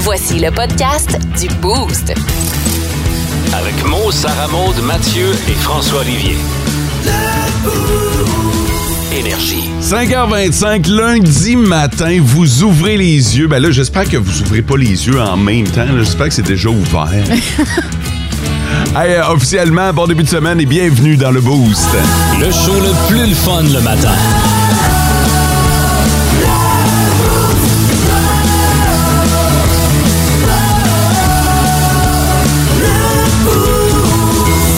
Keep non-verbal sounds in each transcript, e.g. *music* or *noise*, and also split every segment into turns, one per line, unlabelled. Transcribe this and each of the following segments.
Voici le podcast du Boost.
Avec Mo, Sarah Maud, Mathieu et François Olivier. Énergie.
5h25, lundi matin, vous ouvrez les yeux. Ben là, j'espère que vous ouvrez pas les yeux en même temps. là. J'espère que c'est déjà ouvert. Hey, euh, officiellement, bon début de semaine et bienvenue dans le Boost.
Le show le plus le fun le matin.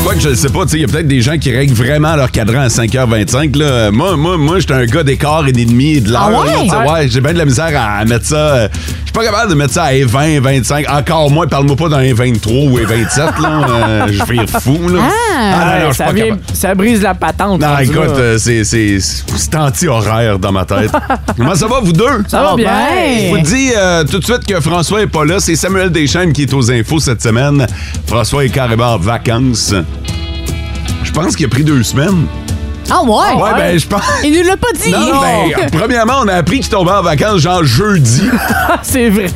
Quoi que je ne sais pas, tu sais, il y a peut-être des gens qui règlent vraiment leur cadran à 5h25. Là. Moi, moi, moi j'étais un gars d'écart et d'ennemi et de l'heure.
Ah ouais?
là, tu sais, j'ai bien de la misère à, à mettre ça. euh, Je suis pas capable de mettre ça à 20, 25. Encore moins, parle-moi pas d'un 23 ou un 27. Là. Euh, je vais être fou. Là. Ah, non, non, je suis
ça,
pas
vient-
capable.
ça brise la patente.
Non,
rendu
écoute,
là.
euh, c'est- c'est c'est anti-horaire dans ma
*laughs*
tête. Comment ça va, vous deux?
ça
Ah,
va bien.
ben.
Je vous dis euh, tout de suite que François est pas là. C'est Samuel Deschamps qui est aux infos cette semaine. François est carrément en vacances. Je pense qu'il a pris deux semaines.
Ah ouais?
ouais, ben je pense.
Il nous l'a pas dit.
Non, ben, premièrement, on a appris qu'il tombait en vacances
*laughs*
genre jeudi.
Ah, C'est vrai.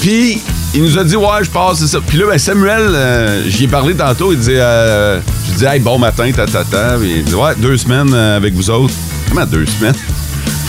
Puis il nous a dit ouais, je passe c'est ça. Puis là ben Samuel, euh, j'y ai parlé tantôt, il dit euh, je dis hey, bon matin ta ta ta. Puis il dit ouais, deux semaines euh, avec vous autres. Comment deux semaines *laughs*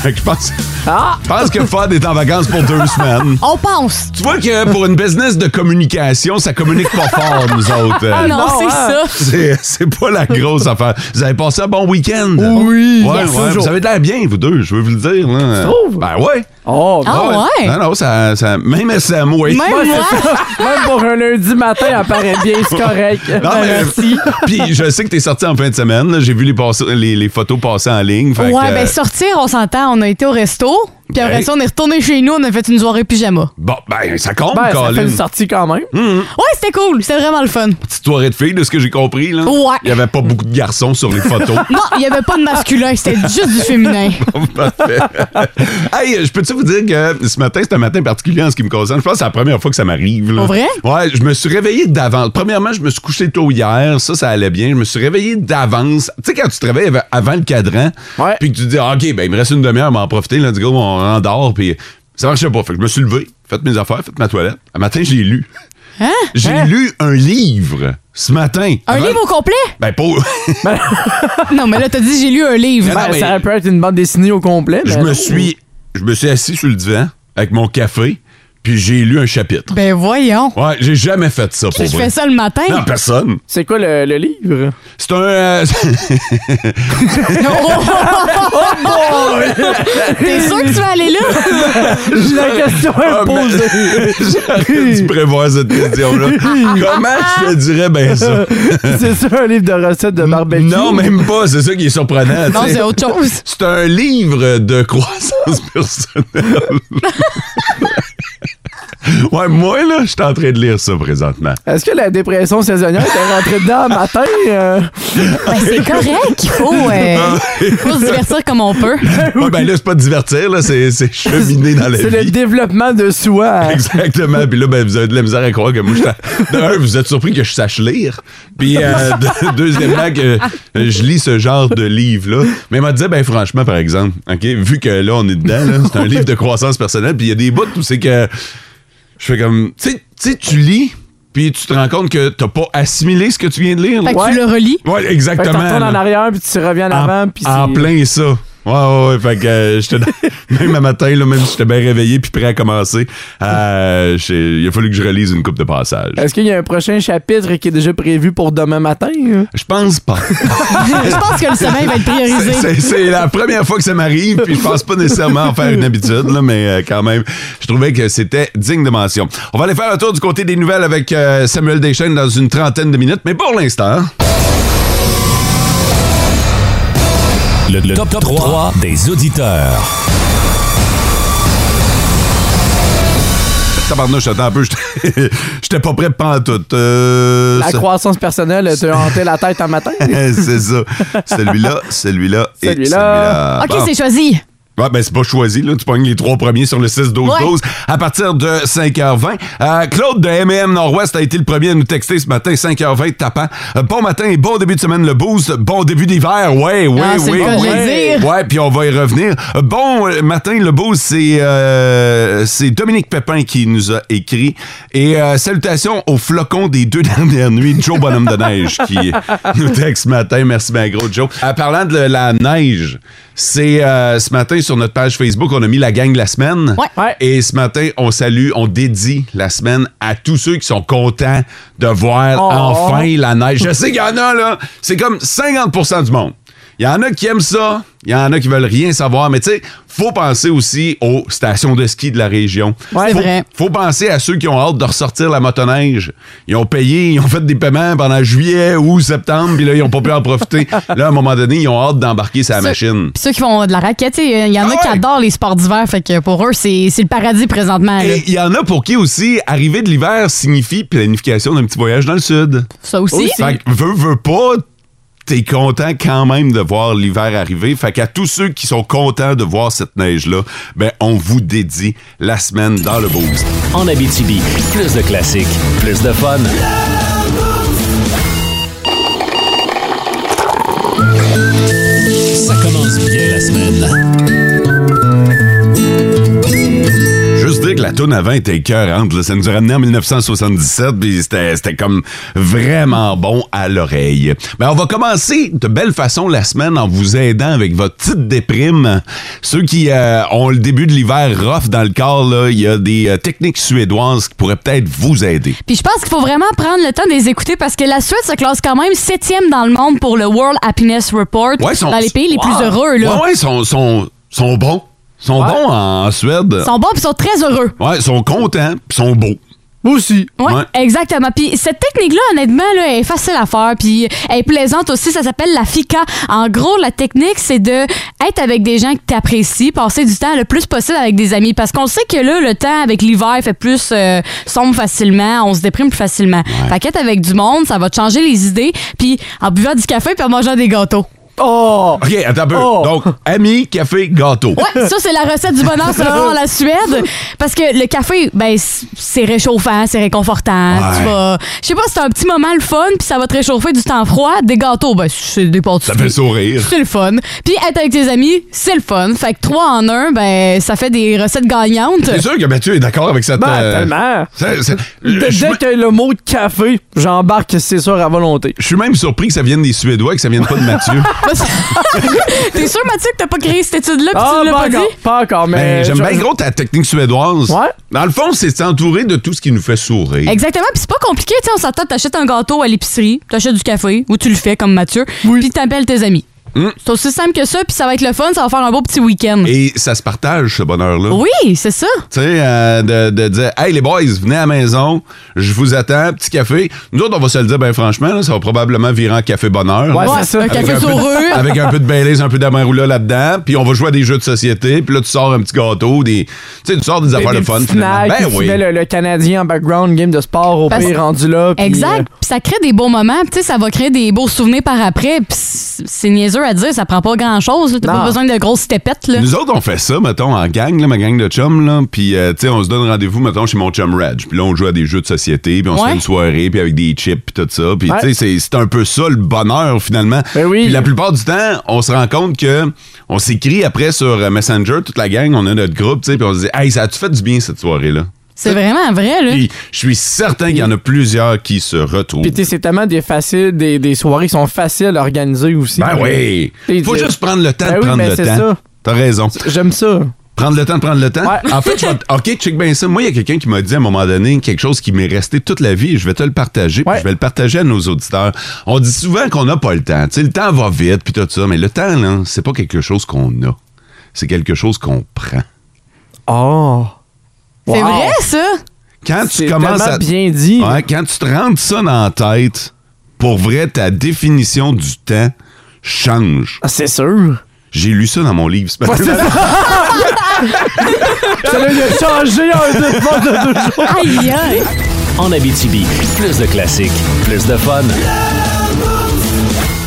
Fait que je pense
Ah!
je pense que Fad est en vacances
*laughs*
pour deux semaines.
On pense.
Tu vois que pour une business de communication, ça communique pas fort, nous autres. Euh,
Ah non,
non,
c'est
hein.
ça.
C'est c'est pas la grosse affaire. Vous avez passé un bon week-end.
Oui,
Ouais,
merci,
ouais,
Jo.
Vous avez de l'air bien, vous deux, je veux vous le dire. Là.
trouves?
Ben ouais.
Oh,
Ah
bon.
ouais?
Non, non, ça, ça, même SM, oui.
Même
Ouais,
moi.
c'est ça. *laughs* Même pour un lundi matin, elle paraît bien, c'est correct.
Non,
Ben,
mais-
merci.
Puis je sais que t'es sorti en fin de semaine. là. J'ai vu les, passe- les, les photos passer en ligne. fait
ouais,
que,
ben sortir, on s'entend, on a été au resto, puis après
Ben.
ça, on est retourné chez nous, on a fait une soirée pyjama.
Bon, ben ça compte,
Ben, ça fait
Colin. Hum,
une sortie quand même.
Ouais, c'était cool, c'était vraiment le fun.
Petite soirée de filles, de ce que j'ai compris. Là.
Ouais.
Il y avait pas beaucoup de garçons sur
*laughs*
les photos.
Non, il y avait pas de masculin, c'était juste du féminin.
Parfait. *laughs* hey, je peux-tu vous dire que ce matin, c'est un matin particulier en ce qui me concerne. Je pense que c'est la première fois que ça m'arrive. là.
Pour vrai?
Ouais, je me suis réveillé d'avance. Premièrement, je me suis couché tôt hier. Ça, ça allait bien. Je me suis réveillé d'avance. Tu sais, quand tu te réveilles av- avant le cadran,
Ouais.
puis que tu te dis, Ah, OK, ben, il me reste une demi-heure, on va en profiter. Là, du gros, on endort. Puis ça marchait pas. Fait que je me suis levé, fait mes affaires, fait ma toilette. Un matin, j'ai lu.
Hein?
J'ai
Hein?
lu un
*laughs*
livre ce matin.
Un
Avant-
livre au complet? *laughs*
Ben, pas.
Non, mais là, t'as dit j'ai lu un livre.
Ben,
Ben,
mais-
Ça peut être une bande dessinée au complet.
je
mais
me
Eh ben, non.
suis je me suis assis sur le divan avec mon café puis j'ai lu un chapitre.
Ben voyons.
Ouais, j'ai jamais fait ça pour
Je
vrai.
fais ça le matin.
Non, ben. personne.
C'est quoi le, le livre?
C'est un euh,
*laughs* Oh, T'es sûr que tu vas aller là?
*laughs* La question est posée.
Ah, ben, *laughs* j'aurais dû prévoir cette question
*laughs*
là. Comment je te dirais ben ça
*laughs* C'est ça, un livre de recettes de barbecue?
Non, même pas, c'est ça qui est surprenant. tu
Non,
sais.
c'est autre chose.
*laughs* C'est un livre de croissance
*laughs*
personnelle. ouais, moi là, je suis en train de lire ça présentement.
Est-ce que la dépression saisonnière est rentrée dedans le matin? euh?
Ben, c'est correct, il faut,
*laughs*
euh, faut se divertir comme on peut.
Ouais, Ah. ben là, c'est pas divertir là, c'est c'est cheminer dans la vie.
C'est le développement de
*laughs*
soi.
Exactement. Puis là, ben, vous avez de la misère à croire que moi, je suis- De un, vous êtes surpris que je sache lire. Puis euh, de- *laughs* deuxièmement, que euh, je lis ce genre de livre-là. Mais elle m'a dit, ben franchement, par exemple, OK, vu que là, on est dedans, là, c'est un livre de croissance personnelle, puis il y a des bouts où c'est que je fais comme... Tu sais- tu sais, tu lis, puis tu te rends compte que t'as pas assimilé ce que tu viens de lire.
Fait que
Ouais.
tu le relis.
Ouais,
Fait que tu
exactement.
retournes en
là.
arrière, puis tu reviens en
En-
avant, puis
en
c'est-
Ah, plein ça. Ouais, ouais, ouais. Fait que euh, j'étais
*laughs*
dans- même un matin, là, même si j'étais bien réveillé puis prêt à commencer, euh, j'ai- il a fallu que je relise une coupe de passage.
Est-ce qu'il y a un prochain chapitre qui est déjà prévu pour demain matin? hein?
Je pense pas.
Je pense que le sommeil va être
C'est-
priorisé.
C'est c'est la première fois que ça m'arrive, puis je pense pas nécessairement en faire une habitude, là, mais euh, quand même, je trouvais que c'était digne de mention. On va aller faire un tour du côté des nouvelles avec euh, Samuel Deschênes dans une trentaine de minutes, mais pour l'instant.
Le, le top, 3, des auditeurs.
Tabarnouche, attends un peu, j'étais *laughs* j'étais pas prêt pantoute. Euh,
La
ça-
croissance personnelle te hantait la tête
*laughs*
un matin?
c'est ça. Celui-là, celui-là et
Celui-là.
celui-là.
OK,
Bon.
c'est choisi.
Ouais, ben, c'est pas choisi, là. Tu pognes les trois premiers sur le 6-12-12 à partir de 5h20. Euh, Claude de MM Nord-Ouest a été le premier à nous texter ce matin, 5h20 tapant. Euh, bon matin et bon début de semaine, le boost. Bon début d'hiver, ouais, ouais,
Ah, c'est
ouais.
le cas de le
ouais.
dire.
Ouais, puis on va y revenir. Euh, Bon euh, matin, le boost, c'est euh, c'est Dominique Pépin qui nous a écrit. Et euh, salutations aux flocons des deux *laughs* dernières nuits, Joe Bonhomme de Neige qui *laughs* nous texte ce matin. Merci bien gros, Joe. En parlant de la neige, c'est euh, ce matin sur notre page Facebook, on a mis la gang de la semaine.
Ouais.
Ouais.
Et ce matin, on salue, on dédie la semaine à tous ceux qui sont contents de voir
Oh.
enfin la neige. Je sais qu'il y en a, là. C'est comme 50 du monde. Il y en a qui aiment ça, il y en a qui veulent rien savoir, mais tu sais, faut penser aussi aux stations de ski de la région.
C'est
faut,
vrai.
faut penser à ceux qui ont hâte de ressortir la motoneige. Ils ont payé, ils ont fait des paiements pendant juillet ou septembre, puis là, ils ont pas pu en profiter. Là, à un moment donné, ils ont hâte d'embarquer sa
Ceux-
machine.
Puis ceux qui font de la raquette, tu sais, il y en
Ah
a qui
ouais?
adorent les sports d'hiver, fait que pour eux, c'est c'est le paradis présentement. là.
Et il y en a pour qui aussi, arrivée de l'hiver signifie planification d'un petit voyage dans le sud.
Ça aussi.
Fait que veux, veux pas, t'es content quand même de voir l'hiver arriver. Fait qu'à tous ceux qui sont contents de voir cette neige-là, ben, on vous dédie la semaine dans le boost.
En Abitibi, plus de classiques, plus de fun. Ça commence bien la semaine.
Juste dire que la toune avant était écœurante, là. ça nous a ramené en 1977, puis c'était c'était comme vraiment bon à l'oreille. Mais on va commencer de belle façon la semaine en vous aidant avec votre petite déprime. Ceux qui euh, ont le début de l'hiver rough dans le corps, là, il y a des euh, techniques suédoises qui pourraient peut-être vous aider.
Puis je pense qu'il faut vraiment prendre le temps de les écouter parce que la Suède se classe quand même septième dans le monde pour le World Happiness Report
Ouais, ils sont-
dans les pays les
Wow.
plus heureux. Là.
Ouais, ouais, ils sont, sont, sont bons. Ils sont bons en Suède.
Ils sont bons puis ils sont très heureux.
Ouais, ils sont contents, puis ils sont beaux.
Moi aussi.
Oui,
Ouais.
exactement. Puis cette technique-là, honnêtement, là, elle est facile à faire, puis elle est plaisante aussi. Ça s'appelle la FICA. En gros, la technique, c'est de être avec des gens que tu apprécies, passer du temps le plus possible avec des amis. Parce qu'on sait que là, le temps avec l'hiver fait plus euh, sombre facilement, on se déprime plus facilement. Fait qu'être avec du monde, ça va te changer les idées, puis en buvant du café, puis en mangeant des gâteaux.
Oh!
OK, attends un peu.
Oh.
Donc, amis, café, gâteau.
Ouais, ça, c'est la recette du bonheur selon la Suède. Parce que le café, ben, c- c'est réchauffant, c'est réconfortant. Tu
Ouais.
vas. Je sais pas, c'est un petit moment le fun, puis ça va te réchauffer du temps froid. Des gâteaux, ben, c'est des
Ça
pâtisseries.
fait sourire.
C'est le fun. Puis être avec tes amis, c'est le fun. Fait que trois en un, ben, ça fait des recettes gagnantes. *laughs*
C'est sûr que Mathieu est d'accord avec cette.
Ben,
euh,
tellement.
ça- ça-
Dès
je,
dès que le mot de café, j'embarque, c'est sûr, à volonté.
je suis même surpris que ça vienne des Suédois et que ça vienne pas de
*laughs*
Mathieu.
*laughs* T'es sûr, Mathieu, que t'as pas créé cette étude-là, puis tu l'as
pas
pas
encore,
dit?
pas encore, Ah, mais.
Ben, J'aime
je-
bien gros ta technique suédoise.
Ouais.
Dans le fond, c'est de s'entourer de tout ce qui nous fait sourire.
Exactement, puis c'est pas compliqué, tu sais, on s'attend, t'achètes un gâteau à l'épicerie, t'achètes du café, ou tu le fais comme Mathieu, puis t'appelles tes amis.
Hum.
C'est aussi simple que ça, puis ça va être le fun, ça va faire un beau petit week-end.
Et ça se partage, ce bonheur-là.
Oui, c'est ça.
Tu sais, euh, de, de dire Hey les boys, venez à la maison, je vous attends, petit café. Nous autres, on va se le dire, ben franchement, là, ça va probablement virer en café bonheur.
Ouais,
là.
c'est ça.
Un
Avec
café
un peu de-
saureux.
Avec un peu de Baileys, un peu d'amaroula là-dedans, puis on va jouer à des jeux de société, puis là, tu sors un petit gâteau, des. Tu sais, tu sors des affaires
des
de fun.
petits
finalement.
snacks,
Ben
puis tu
oui.
mets le, le Canadien en background, game de sport, au
Parce-
pire, rendu là. puis, euh,
Exact. Puis ça crée des beaux moments, puis tu sais, ça va créer des beaux souvenirs par après. Puis c- c'est niaiseux à dire, ça prend pas grand-chose. là. T'as
Non.
pas besoin de grosses tépettes, là.
Nous autres, on fait ça, mettons, en gang, là, ma gang de chums, là. Puis, euh, tu sais, on se donne rendez-vous, mettons, chez mon chum Raj. Puis là, on joue à des jeux de société, puis on se
Ouais.
fait une soirée, puis avec des chips, puis tout ça. Puis,
Ouais.
tu sais, c'est- c'est un peu ça, le bonheur, finalement.
Ben oui.
Puis la plupart du temps, on se rend compte que on s'écrit après sur euh, Messenger, toute la gang, on a notre groupe, tu sais, puis on se dit, hey, ça a-tu fait du bien, cette soirée-là?
C'est vraiment vrai, là.
Puis, je suis certain qu'il y en a plusieurs qui se retrouvent.
Puis, tu sais, c'est tellement des, faciles, des, des soirées qui sont faciles à organiser aussi.
Ben oui!
T'sais,
Faut
t'sais-
juste prendre le temps
Ben
de
oui,
prendre
ben
le
c'est
temps.
ça.
T'as raison.
J'aime ça.
Prendre le temps de prendre le temps.
Ouais.
En fait, je vais te- OK, check bien ça. Moi, il y a quelqu'un qui m'a dit à un moment donné quelque chose qui m'est resté toute la vie. et Je vais te le partager. puis
Ouais.
Je vais le partager à nos auditeurs. On dit souvent qu'on n'a pas le temps. Tu sais, le temps va vite, puis tout ça. Mais le temps, là, c'est pas quelque chose qu'on a. C'est quelque chose qu'on prend.
Oh.
C'est
Wow.
vrai, ça?
Quand tu
C'est
commences
tellement
à.
bien dit.
Ouais, quand tu te rentres ça dans la tête, pour vrai, ta définition du temps change.
Ah, C'est sûr.
J'ai lu ça dans mon livre ce matin. *laughs*
Ça là, il a changé un deux fois de deux jours.
Aïe, aïe.
En Abitibi, plus de classiques, plus de fun.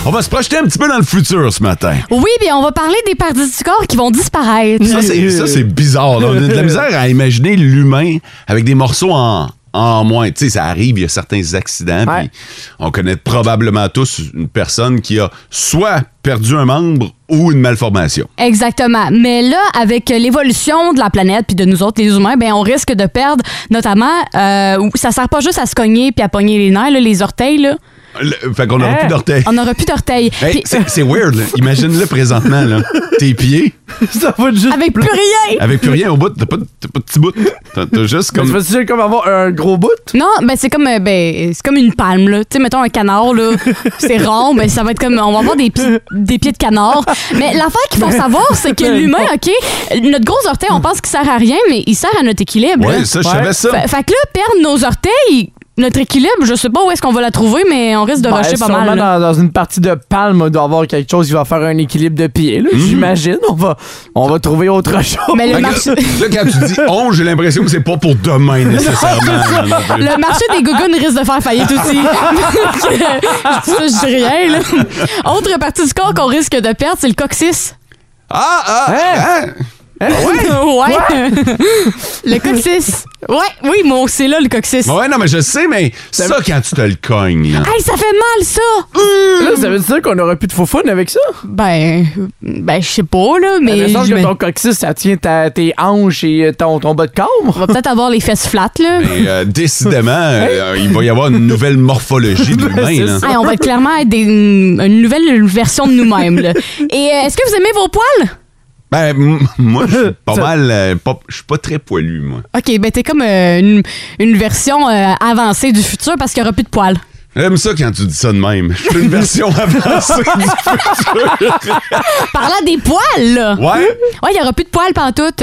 On va se projeter un petit peu dans le futur ce matin.
Oui, bien, on va parler des parties du corps qui vont disparaître.
Ça, c'est, ça, c'est bizarre. là. On a de
*laughs*
la misère à imaginer l'humain avec des morceaux en, en moins. Tu sais, ça arrive, il y a certains accidents.
Ouais.
puis On connaît probablement tous une personne qui a soit perdu un membre ou une malformation.
Exactement. Mais là, avec l'évolution de la planète puis de nous autres, les humains, ben on risque de perdre, notamment, euh, ou- ça sert pas juste à se cogner puis à pogner les nerfs, là, les orteils, là.
Le- fait qu'on n'aura
Hein?
plus d'orteils.
On n'aura plus d'orteils.
Hey,
Puis-
c'est, c'est weird. là.
*laughs*
Imagine-le présentement. Là. Tes pieds,
*laughs* Ça va juste.
avec plus rien!
avec plus rien au bout, t'as pas, de- t'as pas de petit bout. T'as, t'as juste
Comme...
comme...
Tu vas comme avoir un gros bout?
Non, ben c'est comme euh, ben c'est comme une palme là, tu sais mettons un canard
*laughs*
là, c'est rond, mais ça va être comme on va avoir des pieds des pieds de canard. Mais l'affaire qu'il faut savoir c'est
*laughs*
que
Mais
l'humain, OK, notre gros orteil, on pense qu'il sert à rien, mais il sert à notre équilibre. là.
Ouais, ça, je
Ouais.
savais ça.
Fa- Fait que là perdre nos orteils, notre équilibre, je sais pas où est-ce qu'on va la trouver, mais on risque de
Ben,
rusher pas
sûrement
mal. là.
Dans, dans une partie de palme, il doit y avoir quelque chose qui va faire un équilibre de pied. là, J'imagine. On va, on va trouver autre *laughs* chose.
Mais
Fait
Mhm. le
que
marché
Là, là, quand tu dis on, j'ai l'impression que c'est pas pour
*laughs*
demain nécessairement. non plus.
*laughs*
Le marché des gougounes risque de faire faillite aussi. ça, je dis rien, là. Autre partie du corps qu'on risque de perdre, c'est le coccyx.
Ah, ah,
Hein?
hein?
*laughs* Ouais. le coccyx. Ouais, oui, moi, c'est là le coccyx.
Ouais, non, mais je sais, mais ça, quand tu te le cognes, là.
*laughs* Hey, ça fait mal, ça!
Là, ça veut dire qu'on aura plus de foufoune avec ça?
Ben, ben, je sais pas, là,
Mais
mais.
il me semble
je
que
me-
ton coccyx, ça tient ta- tes hanches et euh, ton, ton bas de
On
corps.
va peut-être avoir les fesses flattes, là.
Et, euh, décidément, euh, il va y avoir une nouvelle
*laughs*
morphologie de
C'est
l'humain. là.
ça.
Hey, on va clairement être des- une, une nouvelle version de nous-mêmes, là. Et euh, est-ce que vous aimez vos poils?
Ben, m- moi, je suis pas mal. euh, pas- Je suis pas très poilu, moi.
Ok, ben, t'es comme euh, une, une version euh, avancée du futur parce qu'il n'y aura plus de poils.
J'aime ça quand tu dis ça de même. Je suis
*laughs*
une version avancée du futur.
Parlant des poils, là!
Ouais?
Ouais, il n'y aura plus de poils pantoute.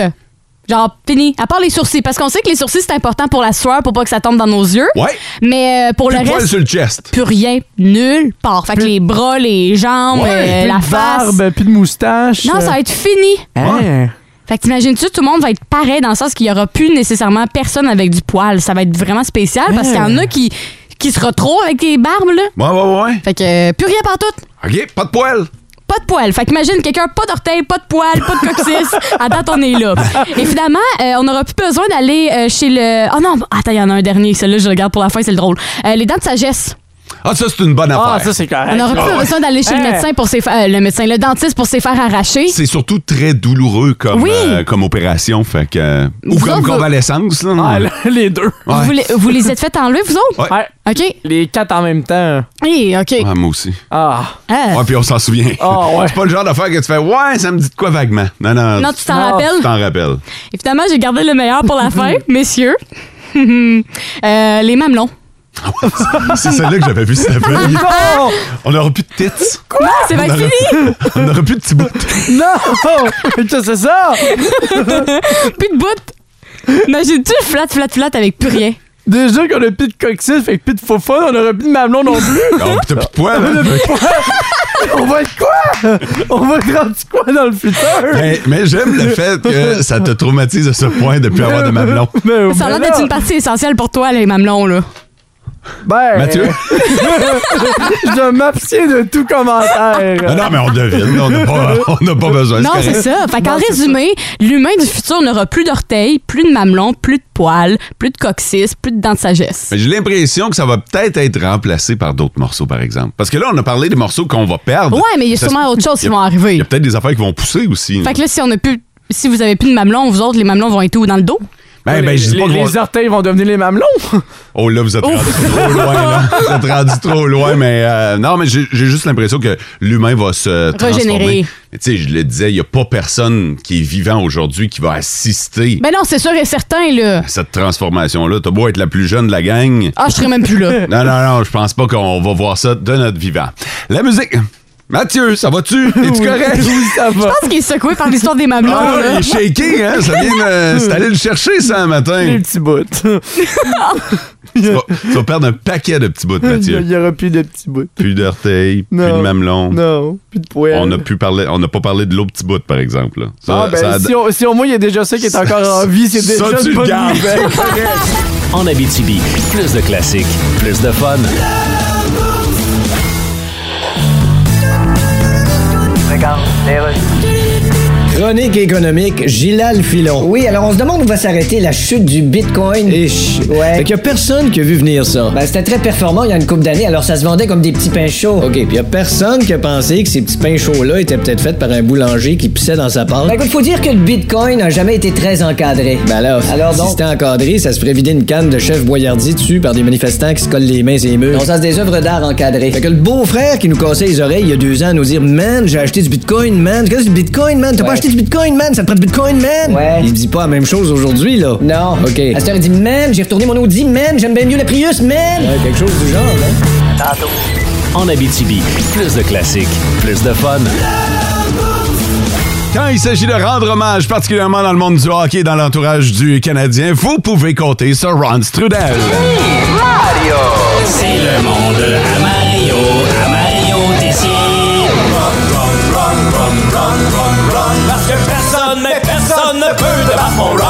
Genre, fini. À part les sourcils. Parce qu'on sait que les sourcils, c'est important pour la sueur, pour pas que ça tombe dans nos yeux.
Ouais.
Mais euh, pour
Plus
le
de poils
reste,
sur le chest.
plus rien. Nul part. Fait que les bras, les jambes, euh,
Plus
la
de
face.
barbe, plus de euh. moustache.
Non, ça va être fini.
Hein?
Fait que t'imagines-tu, tout le monde va être pareil dans le sens qu'il n'y aura plus nécessairement personne avec du poil. Ça va être vraiment spécial parce qu'il y en a qui, qui se retrouvent avec des barbes, là.
Ouais, ouais, ouais.
Fait que euh, plus rien pantoute.
OK, pas de poils.
Pas de poils. Fait qu'imagine quelqu'un, pas d'orteils, pas de poils, pas de coccyx. À date, on est là. Et finalement, euh, on n'aura plus besoin d'aller euh, chez le. Oh non, attends, il y en a un dernier. Celui-là, je le garde pour la fin, c'est le drôle. Euh, les dents de sagesse.
Ah, ça, c'est une bonne
Ah,
affaire.
ça, c'est correct.
On n'aura plus
Ah,
besoin d'aller chez le
Hein?
médecin pour s'y faire- euh, le médecin, le dentiste pour s'y faire arracher.
c'est surtout très douloureux comme,
Oui.
euh, comme opération. Fait que, euh, ou
Vous
comme
autres, vous-
convalescence. Là.
Ah, là, *laughs* les deux.
Ouais.
Vous, les, vous les êtes fait enlever, vous autres?
Ouais.
Ouais.
OK.
Les quatre en même temps. hein.
Oui, OK.
Ah, moi aussi.
Ah.
Ah.
Ouais, puis on s'en souvient.
Ah, ouais.
C'est pas le genre d'affaire que tu fais Ouais, ça me dit de quoi vaguement. Non, non.
Non, tu t'en
Non.
rappelles?
tu t'en rappelles. *laughs*
Et finalement, j'ai gardé le meilleur pour
*laughs*
la fin, messieurs. *laughs* Euh, les mamelons. *laughs*
C'est celle-là que j'avais vue cette veille.
Non!
On n'aura plus de tits.
Non, c'est pas
On aura-
fini!
On n'aura plus de petits bouts.
Non! *laughs* Ça, c'est ça!
Plus de bout! Imagine-tu le flat, flat, flat avec plus rien?
Déjà qu'on a plus de coccyx, fait que plus de foufoune, on aura plus de mamelon non plus.
Oh, puis t'as plus de poils. hein.
on va être quoi? On va être rendu quoi dans le futur?
Mais, Ben, mais j'aime le fait que ça te traumatise à ce point de plus avoir de mamelon.
Ben,
Ça a l'air
ben
d'être
là,
une partie essentielle pour toi, les mamelons, là.
ben, *laughs*
Mathieu?
Je m'abstiens de tout
Non,
commentaire.
Ah non, mais on devine. On n'a pas, on n'a pas besoin.
Non,
Ben, correct.
c'est ça. Fait qu'en
Non, c'est
résumé, l'humain du futur n'aura plus d'orteils, plus de mamelons, plus de poils, plus de coccyx, plus de dents de sagesse.
Mais j'ai l'impression que ça va peut-être être remplacé par d'autres morceaux, par exemple. Parce que là, on a parlé des morceaux qu'on va perdre.
Ouais, mais il y a
Ça se-
sûrement autre chose qui
y a-
vont
Il
arriver.
y a peut-être des affaires qui vont pousser aussi.
Fait que là, si on a plus. Si vous avez plus de mamelons, vous autres, les mamelons vont être où dans le dos?
Ben, ben, je dis
les,
pas que
les
vont-
orteils vont devenir les mamelons.
*laughs* Oh là, vous êtes rendu trop loin, là.
*laughs*
Vous êtes rendu trop loin, mais euh, non, mais j'ai j'ai juste l'impression que l'humain va se
Régénérer.
transformer. Mais Tu sais, je le disais, il n'y a pas personne qui est vivant aujourd'hui qui va assister
Ben non, c'est sûr et certain, là.
à cette transformation-là. T'as beau être la plus jeune de la gang.
Ah, je serais même plus là.
*laughs* Non, non, non, je pense pas qu'on va voir ça de notre vivant. La musique. Mathieu, ça va-tu?
*laughs*
Es-tu correct?
Oui, ça va.
Je pense qu'il est secoué par l'histoire des mamelons,
Ah,
là.
il est shaking, hein? Ça vient
*laughs*
de... C'est allé le chercher, ça, un matin.
Les petits bouts.
Tu vas, tu vas perdre un paquet de petits bouts,
Il
Mathieu.
n'y aura plus de petits bouts.
Plus d'orteils, plus
Non.
de mamelons.
Non, plus de poils.
On n'a plus parlé, on n'a pas parlé de l'autre petit bout, par exemple. là. Ça,
Ah, ben,
ça-
si, on- si au moins il y a déjà ça qui est encore en vie, c'est
Ça,
déjà
tu
une bonne
gardes.
nouvelle.
En Abitibi, plus de classiques, plus de fun.
Chronique économique, Gilal Filon.
Oui, alors on se demande où va s'arrêter la chute du Bitcoin.
Et ch-
Ouais.
Fait qu'il y a personne qui a vu venir ça.
Ben, c'était très performant il y a une couple d'années, alors ça se vendait comme des petits pains chauds.
OK, puis il y a personne qui a pensé que ces petits pains chauds-là étaient peut-être faits par un boulanger qui pissait dans sa pâte.
Ben écoute, faut dire que le Bitcoin n'a jamais été très encadré.
Ben là,
Alors
si
donc-
c'était encadré, ça se ferait vider une canne de chef boyardier dessus par des manifestants qui se collent les mains et les murs.
on sens des œuvres d'art encadrées.
euh, Fait que le beau-frère qui nous cassait les oreilles il y a deux ans à nous dire Man, j'ai acheté du bitcoin, man. Tu connais du bitcoin, man? T'as pas
Ouais.
acheté du bitcoin, man? Ça te prend du bitcoin, man?
Ouais.
Il dit pas la même chose aujourd'hui, là.
Non.
OK.
À cette heure, il dit Man, j'ai retourné mon Audi, man, j'aime bien mieux le Prius, man.
Ben,
Ouais, quelque chose du genre, hein?
En Abitibi, plus de classiques, plus de fun.
Quand il s'agit de rendre hommage, particulièrement dans le monde du hockey et dans l'entourage du Canadien, vous pouvez compter sur Ron Strudel.
C'est le monde à Mario, à Mario Tessier. Parce que personne, mais personne ne peut débattre mon run.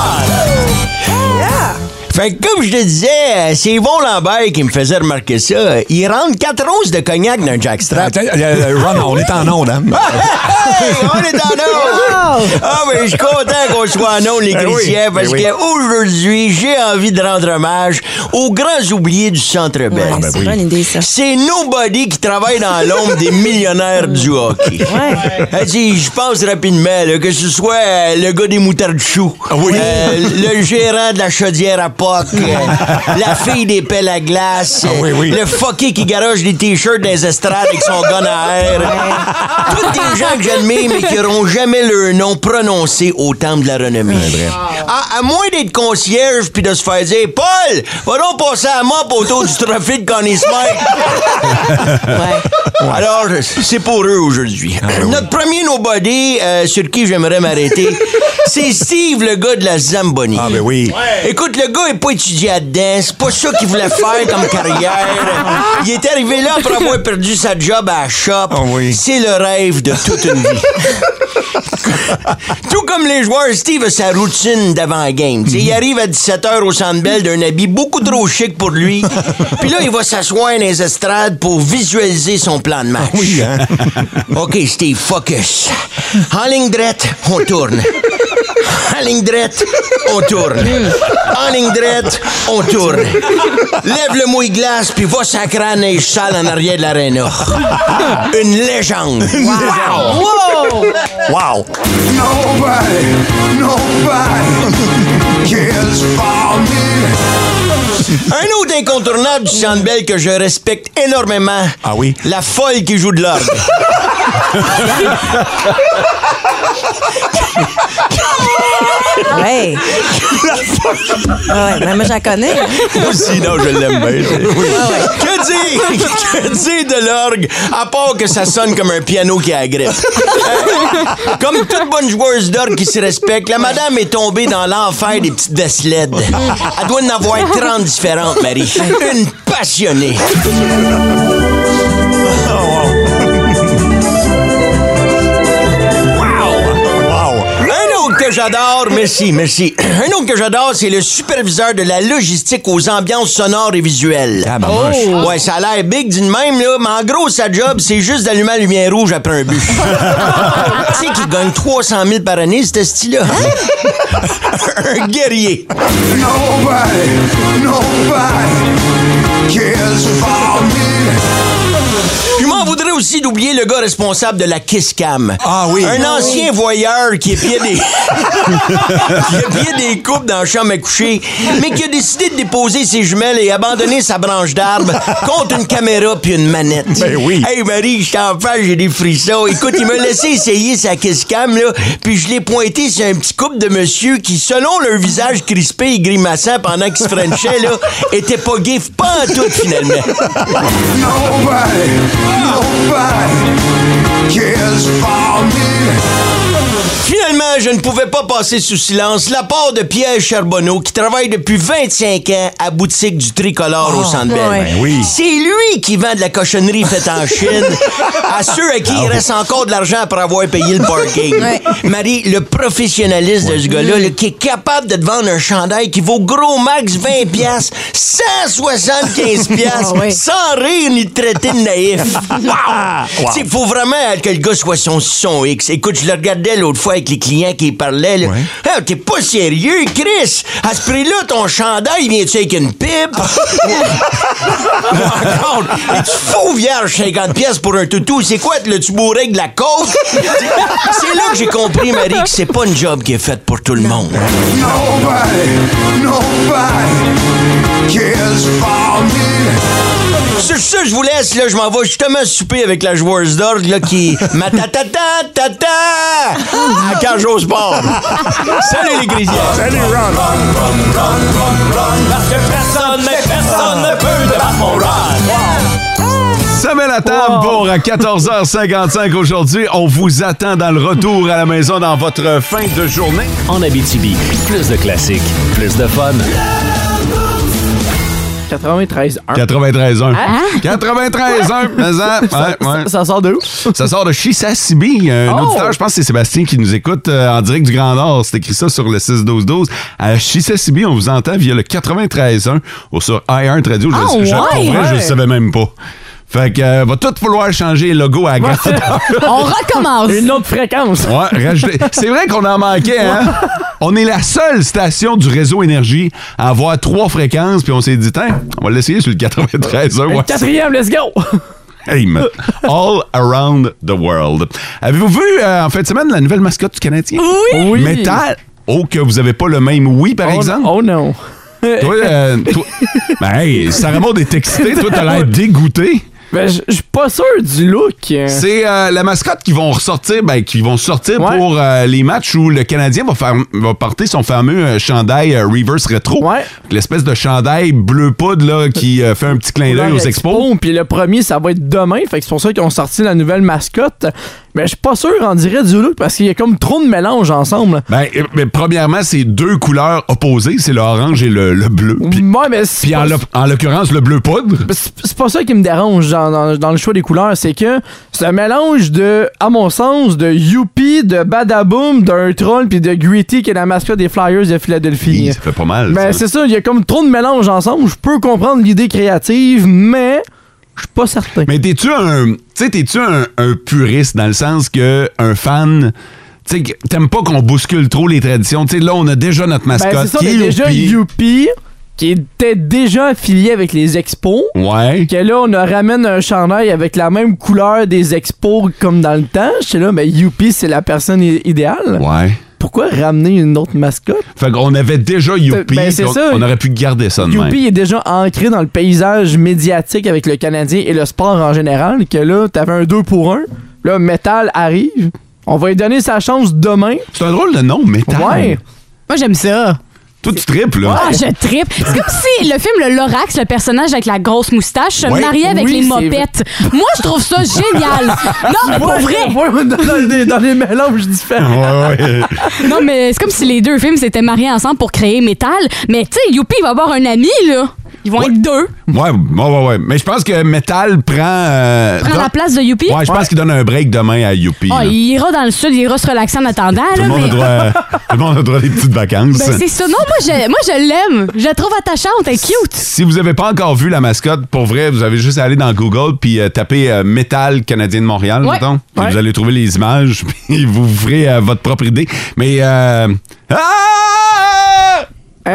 Fait que comme je te disais, euh, c'est Yvon Lambert qui me faisait remarquer ça. Euh, Il rentre quatre onces de cognac d'un jackstrap.
Ron, on est en onde, hein?
Hey, on est en onde! Ah, mais je suis content qu'on soit en onde, les
Ben oui,
chrétiens, parce
ben oui.
qu'aujourd'hui, j'ai envie de rendre hommage aux grands oubliés du Centre Bell.
Ah, ben oui.
C'est nobody qui travaille dans l'ombre des millionnaires du hockey. Elle dit, Je pense rapidement, là, que ce soit euh, le gars des moutardes choux,
Ah
euh, le gérant de la chaudière à Pâques, euh, la fille des pelles à glace, euh,
Ah oui, oui.
le fucké qui garoche des t-shirts des estrades avec son gun à air. Toutes des gens que j'admire, mais qui n'auront *laughs* jamais leur nom prononcé au temple de la renommée. Ah, à moins d'être concierge puis de se faire dire Paul, va donc passer à moi autour du trophée de Connie
Ah,
Smith. Alors, c'est pour eux aujourd'hui.
ben
Notre premier nobody euh, sur qui j'aimerais m'arrêter, c'est Steve, le gars de la Zamboni.
Ah, ben oui.
Écoute, le gars est pas étudié à dedans C'est pas ça qu'il voulait faire comme carrière. Il est arrivé là après avoir perdu sa job à la shop.
Ah oui.
C'est le rêve de toute une vie. Tout comme les joueurs, Steve a sa routine d'avant-game. Tu sais, Il arrive à 17h au Centre Bell d'un habit beaucoup trop chic pour *laughs* lui. Puis là, il va s'asseoir dans les estrades pour visualiser son plan de match. *laughs* OK, Steve, focus. En ligne droite, on tourne. En ligne droite, on tourne. En ligne droite, on tourne. Lève le mouille-glace, puis va sacrer la neige sale en arrière de l'aréna. Une légende.
*laughs*
Wow!
Wow! Nobody, nobody cares for me.
Un autre incontournable du Centre Bell que je respecte énormément.
Ah oui?
La folle qui joue de l'orgue.
Ouais. ouais, mais moi, j'en connais.
Aussi, non, je l'aime bien. Que dire? Que dire de l'orgue, à part que ça sonne comme un piano qui agrippe? Euh, comme toute bonne joueuse d'orgue qui se respecte, la madame est tombée dans l'enfer des petites vesselades. Elle doit en avoir 30 différentes, Marie. Une passionnée.
Wow!
Un autre que j'adore, merci, merci. *clears throat* Un autre que j'adore, c'est le superviseur de la logistique aux ambiances sonores et visuelles. Oh!
Ah, maman, je-
Ouais, ça a l'air big d'une même, là, mais en gros, sa job, c'est juste d'allumer la lumière rouge après un but. tu sais qu'il gagne 300 000 par année, ce style-là. *laughs* un guerrier.
Nobody, nobody cares for me.
Je m'en voudrais aussi d'oublier le gars responsable de la Kiss Cam.
Ah oui.
Un ancien voyeur qui
*laughs*
épiait des... qui épiait des coupes dans la chambre à coucher, mais qui a décidé de déposer ses jumelles et abandonner sa branche d'arbre contre une caméra puis une manette.
Ben oui.
Hey Marie, je t'en fais, j'ai des frissons. Écoute, il m'a laissé essayer sa Kiss Cam, là, puis je l'ai pointé sur un petit couple de monsieur qui, selon leur visage crispé et grimaçant pendant qu'ils se frenchaient, là, était pas gay pas en tout, finalement.
Nobody, nobody cares for me.
Finalement, je ne pouvais pas passer sous silence l'apport de Pierre Charbonneau qui travaille depuis 25 ans à boutique du tricolore au Centre Bell.
ouais. Ben oui.
C'est lui qui vend de la cochonnerie faite en Chine à ceux à qui
Ah
il reste encore de l'argent après avoir payé le parking.
Ouais.
Marie, le professionnaliste de ce gars-là, là, qui est capable de te vendre un chandail qui vaut gros max 20 piastres, 175 piastres,
Ah ouais.
sans rire ni te traiter de naïf. Wow!
Wow.
Tu sais, faut vraiment que le gars soit son, son X. Écoute, je le regardais l'autre fois avec les clients qui parlaient. là. Ah, T'es pas sérieux, Chris? À ce prix-là, ton chandail vient-tu avec une pipe? Encore, tu fous vierge 50 pièces pour un toutou? C'est quoi, le tu bourré avec de la coke? c'est là que j'ai compris, Marie, que c'est pas une job qui est faite pour tout le monde.
Nobody, nobody cares for me.
Sur ça, je vous laisse, là, je m'en vais justement souper avec la joueuse d'orgue, là, qui... Ma ta ta ta ta ta! À quand j'ose pas. Salut les grisiers!
Salut, Ron! Parce que personne, mais personne ne peut débattre mon Ron!
Ça met la table pour 14h55 aujourd'hui. On vous attend dans le retour à la maison dans votre fin de journée.
En Abitibi, plus de classiques, plus de fun.
93 1.
93 1.
Hein?
93 1.
Ça- ça sort de où?
Ça sort de Chisasibi. Un
Oh!
auditeur, je pense que c'est Sébastien qui nous écoute euh, en direct du Grand Nord. C'est écrit ça sur le 6-12-12. À Chisasibi, on vous entend via le 93 1 ou sur i1 Radio. Je,
Ah,
je,
ouais!
pour vrai, je le savais même pas. Fait que euh, va tout vouloir changer le logo à Grand Nord.
On recommence.
Une autre fréquence.
Ouais, rajoutez- C'est vrai qu'on en manquait, hein? *laughs* On est la seule station du réseau énergie à avoir trois fréquences, puis on s'est dit, tiens, on va l'essayer sur le 93.
Le Quatrième, let's go!
Hey, man. All around the world. Avez-vous vu euh, en fin de semaine la nouvelle mascotte du Canadien?
Oui! Oui.
Métal. Oh, que vous avez pas le même oui, par
Oh,
exemple?
Oh non.
Toi, euh,
*laughs*
toi- ben, hey, Sarah Maud est excitée. Toi, t'as l'air dégoûté.
Ben, je je suis pas sûr du look.
C'est euh, la mascotte qui vont ressortir, ben, qui vont sortir pour euh, les matchs où le Canadien va, faire, va porter son fameux euh, chandail euh, reverse retro. L'espèce de chandail bleu poudre là, qui euh, fait un petit clin d'œil aux expos.
Puis le premier, ça va être demain. Fait que c'est pour ça qu'ils ont sorti la nouvelle mascotte. Mais je suis pas sûr, on dirait du look, parce qu'il y a comme trop de mélange ensemble.
Ben, euh, mais premièrement, c'est deux couleurs opposées, c'est le orange et le, le bleu. Puis, puis en l'oc- en l'occurrence, le bleu poudre.
C'est c'est pas ça qui me dérange dans, dans- dans le choix des couleurs, c'est que c'est un mélange de, à mon sens, de Youpi, de Badaboom, d'un troll, puis de Gritty, qui est la mascotte des Flyers de Philadelphie.
Ça fait pas mal.
Ben,
ça.
c'est ça, il y a comme trop de mélange ensemble. Je peux comprendre l'idée créative, mais je suis pas certain.
Mais t'es-tu un, tu sais, t'es-tu un, un puriste dans le sens que un fan. tu sais, que T'aimes pas qu'on bouscule trop les traditions. Tu sais, là, on a déjà notre mascotte
Ben, c'est ça,
qui
mais
est
déjà
Youpi.
Youpi, qui était déjà affilié avec les expos.
Ouais.
Que là, on ramène un chandail avec la même couleur des expos comme dans le temps. Je sais là, mais Youpi, c'est la personne i- idéale.
Ouais.
Pourquoi ramener une autre mascotte?
Fait qu'on avait déjà Youpi.
Ben, c'est
puis on,
ça.
on aurait pu garder ça de même.
Youpi est déjà ancré dans le paysage médiatique avec le Canadien et le sport en général, que là, t'avais un 2 pour 1. Là, Metal arrive. On va lui donner sa chance demain.
C'est un drôle de nom, Metal.
Ouais.
Moi, j'aime ça.
Toi, tu triples, là.
Ah, je tripe. C'est comme si le film Le Lorax, le personnage avec la grosse moustache, se
Ouais.
mariait avec
Oui,
les
c'est
mopettes. Moi, je trouve ça
*laughs*
génial. Non, mais pour
Ouais,
vrai.
ouais, dans, les, dans les mélanges différents.
ouais, ouais.
Non, mais c'est comme si les deux films s'étaient mariés ensemble pour créer Metal. Mais tu sais, Youpi va avoir un ami, là. Ils vont être deux.
Ouais, ouais, ouais, ouais. Mais je pense que Metal prend. euh,
Prends
don-
la place de Youpi.
Ouais, je pense qu'il donne un break demain à Youpi.
Ah,
là.
il ira dans le sud, il ira se relaxer en attendant.
Tout
là,
le, monde a
mais...
droit
*laughs*
à- tout le monde a droit à des petites vacances.
Ben, c'est ça. Non, moi, je, moi, je l'aime. Je la trouve attachante. Elle est
*laughs*
cute.
si vous n'avez pas encore vu la mascotte, pour vrai, vous avez juste à aller dans Google puis euh, taper euh, Métal Canadien de Montréal,
Ouais.
mettons. Puis
Ouais.
Vous allez trouver les images *laughs* puis vous vous ferez euh, votre propre idée. Mais. euh, ah! *laughs*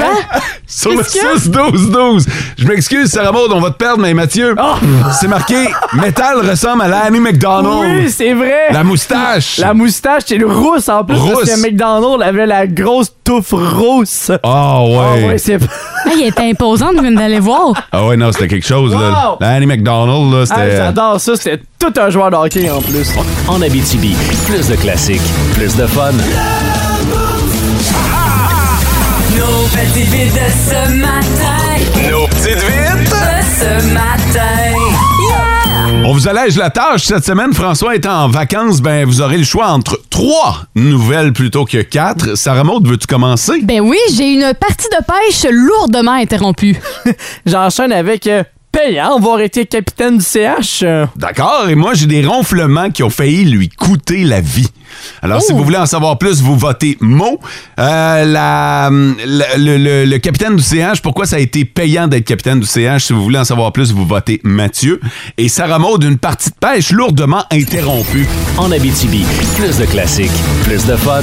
Sur le
Qu'est-ce qu'il y a?
6-12-12. Je m'excuse, Sarah Maud, on va te perdre, mais Mathieu,
Ah!
c'est marqué Métal ressemble à Lanny McDonald.
Oui, c'est vrai.
La moustache.
La moustache, c'est le rousse en plus.
Rousse.
Parce que McDonald's avait la grosse touffe rousse.
Ah ouais.
Ah ouais, c'est.
Ah, il est imposant, je viens d'aller voir.
Ah ouais, non, c'était quelque chose, là.
Wow!
Lanny McDonald, là,
Ah,
c'était. euh,
J'adore ça, c'était tout un joueur de hockey en plus.
En Abitibi, plus de classiques, plus de fun.
Nos petites vites de ce matin. Nos petites vites de ce matin.
euh, On vous allège la tâche cette semaine. François étant en vacances, ben vous aurez le choix entre trois nouvelles plutôt que quatre. Sarah Maud, veux-tu commencer?
Ben oui, j'ai une partie de pêche lourdement interrompue.
*laughs* J'enchaîne avec euh, payant, avoir été capitaine du CH. euh,
D'accord, et moi j'ai des ronflements qui ont failli lui coûter la vie. Alors si vous voulez en savoir plus, vous votez mot. Euh, la- la- le, le- le capitaine du CH, pourquoi ça a été payant d'être capitaine du CH? Si vous voulez en savoir plus, vous votez Mathieu. Et Sarah Maud, une partie de pêche lourdement interrompue.
En Abitibi, plus de classiques, plus de fun.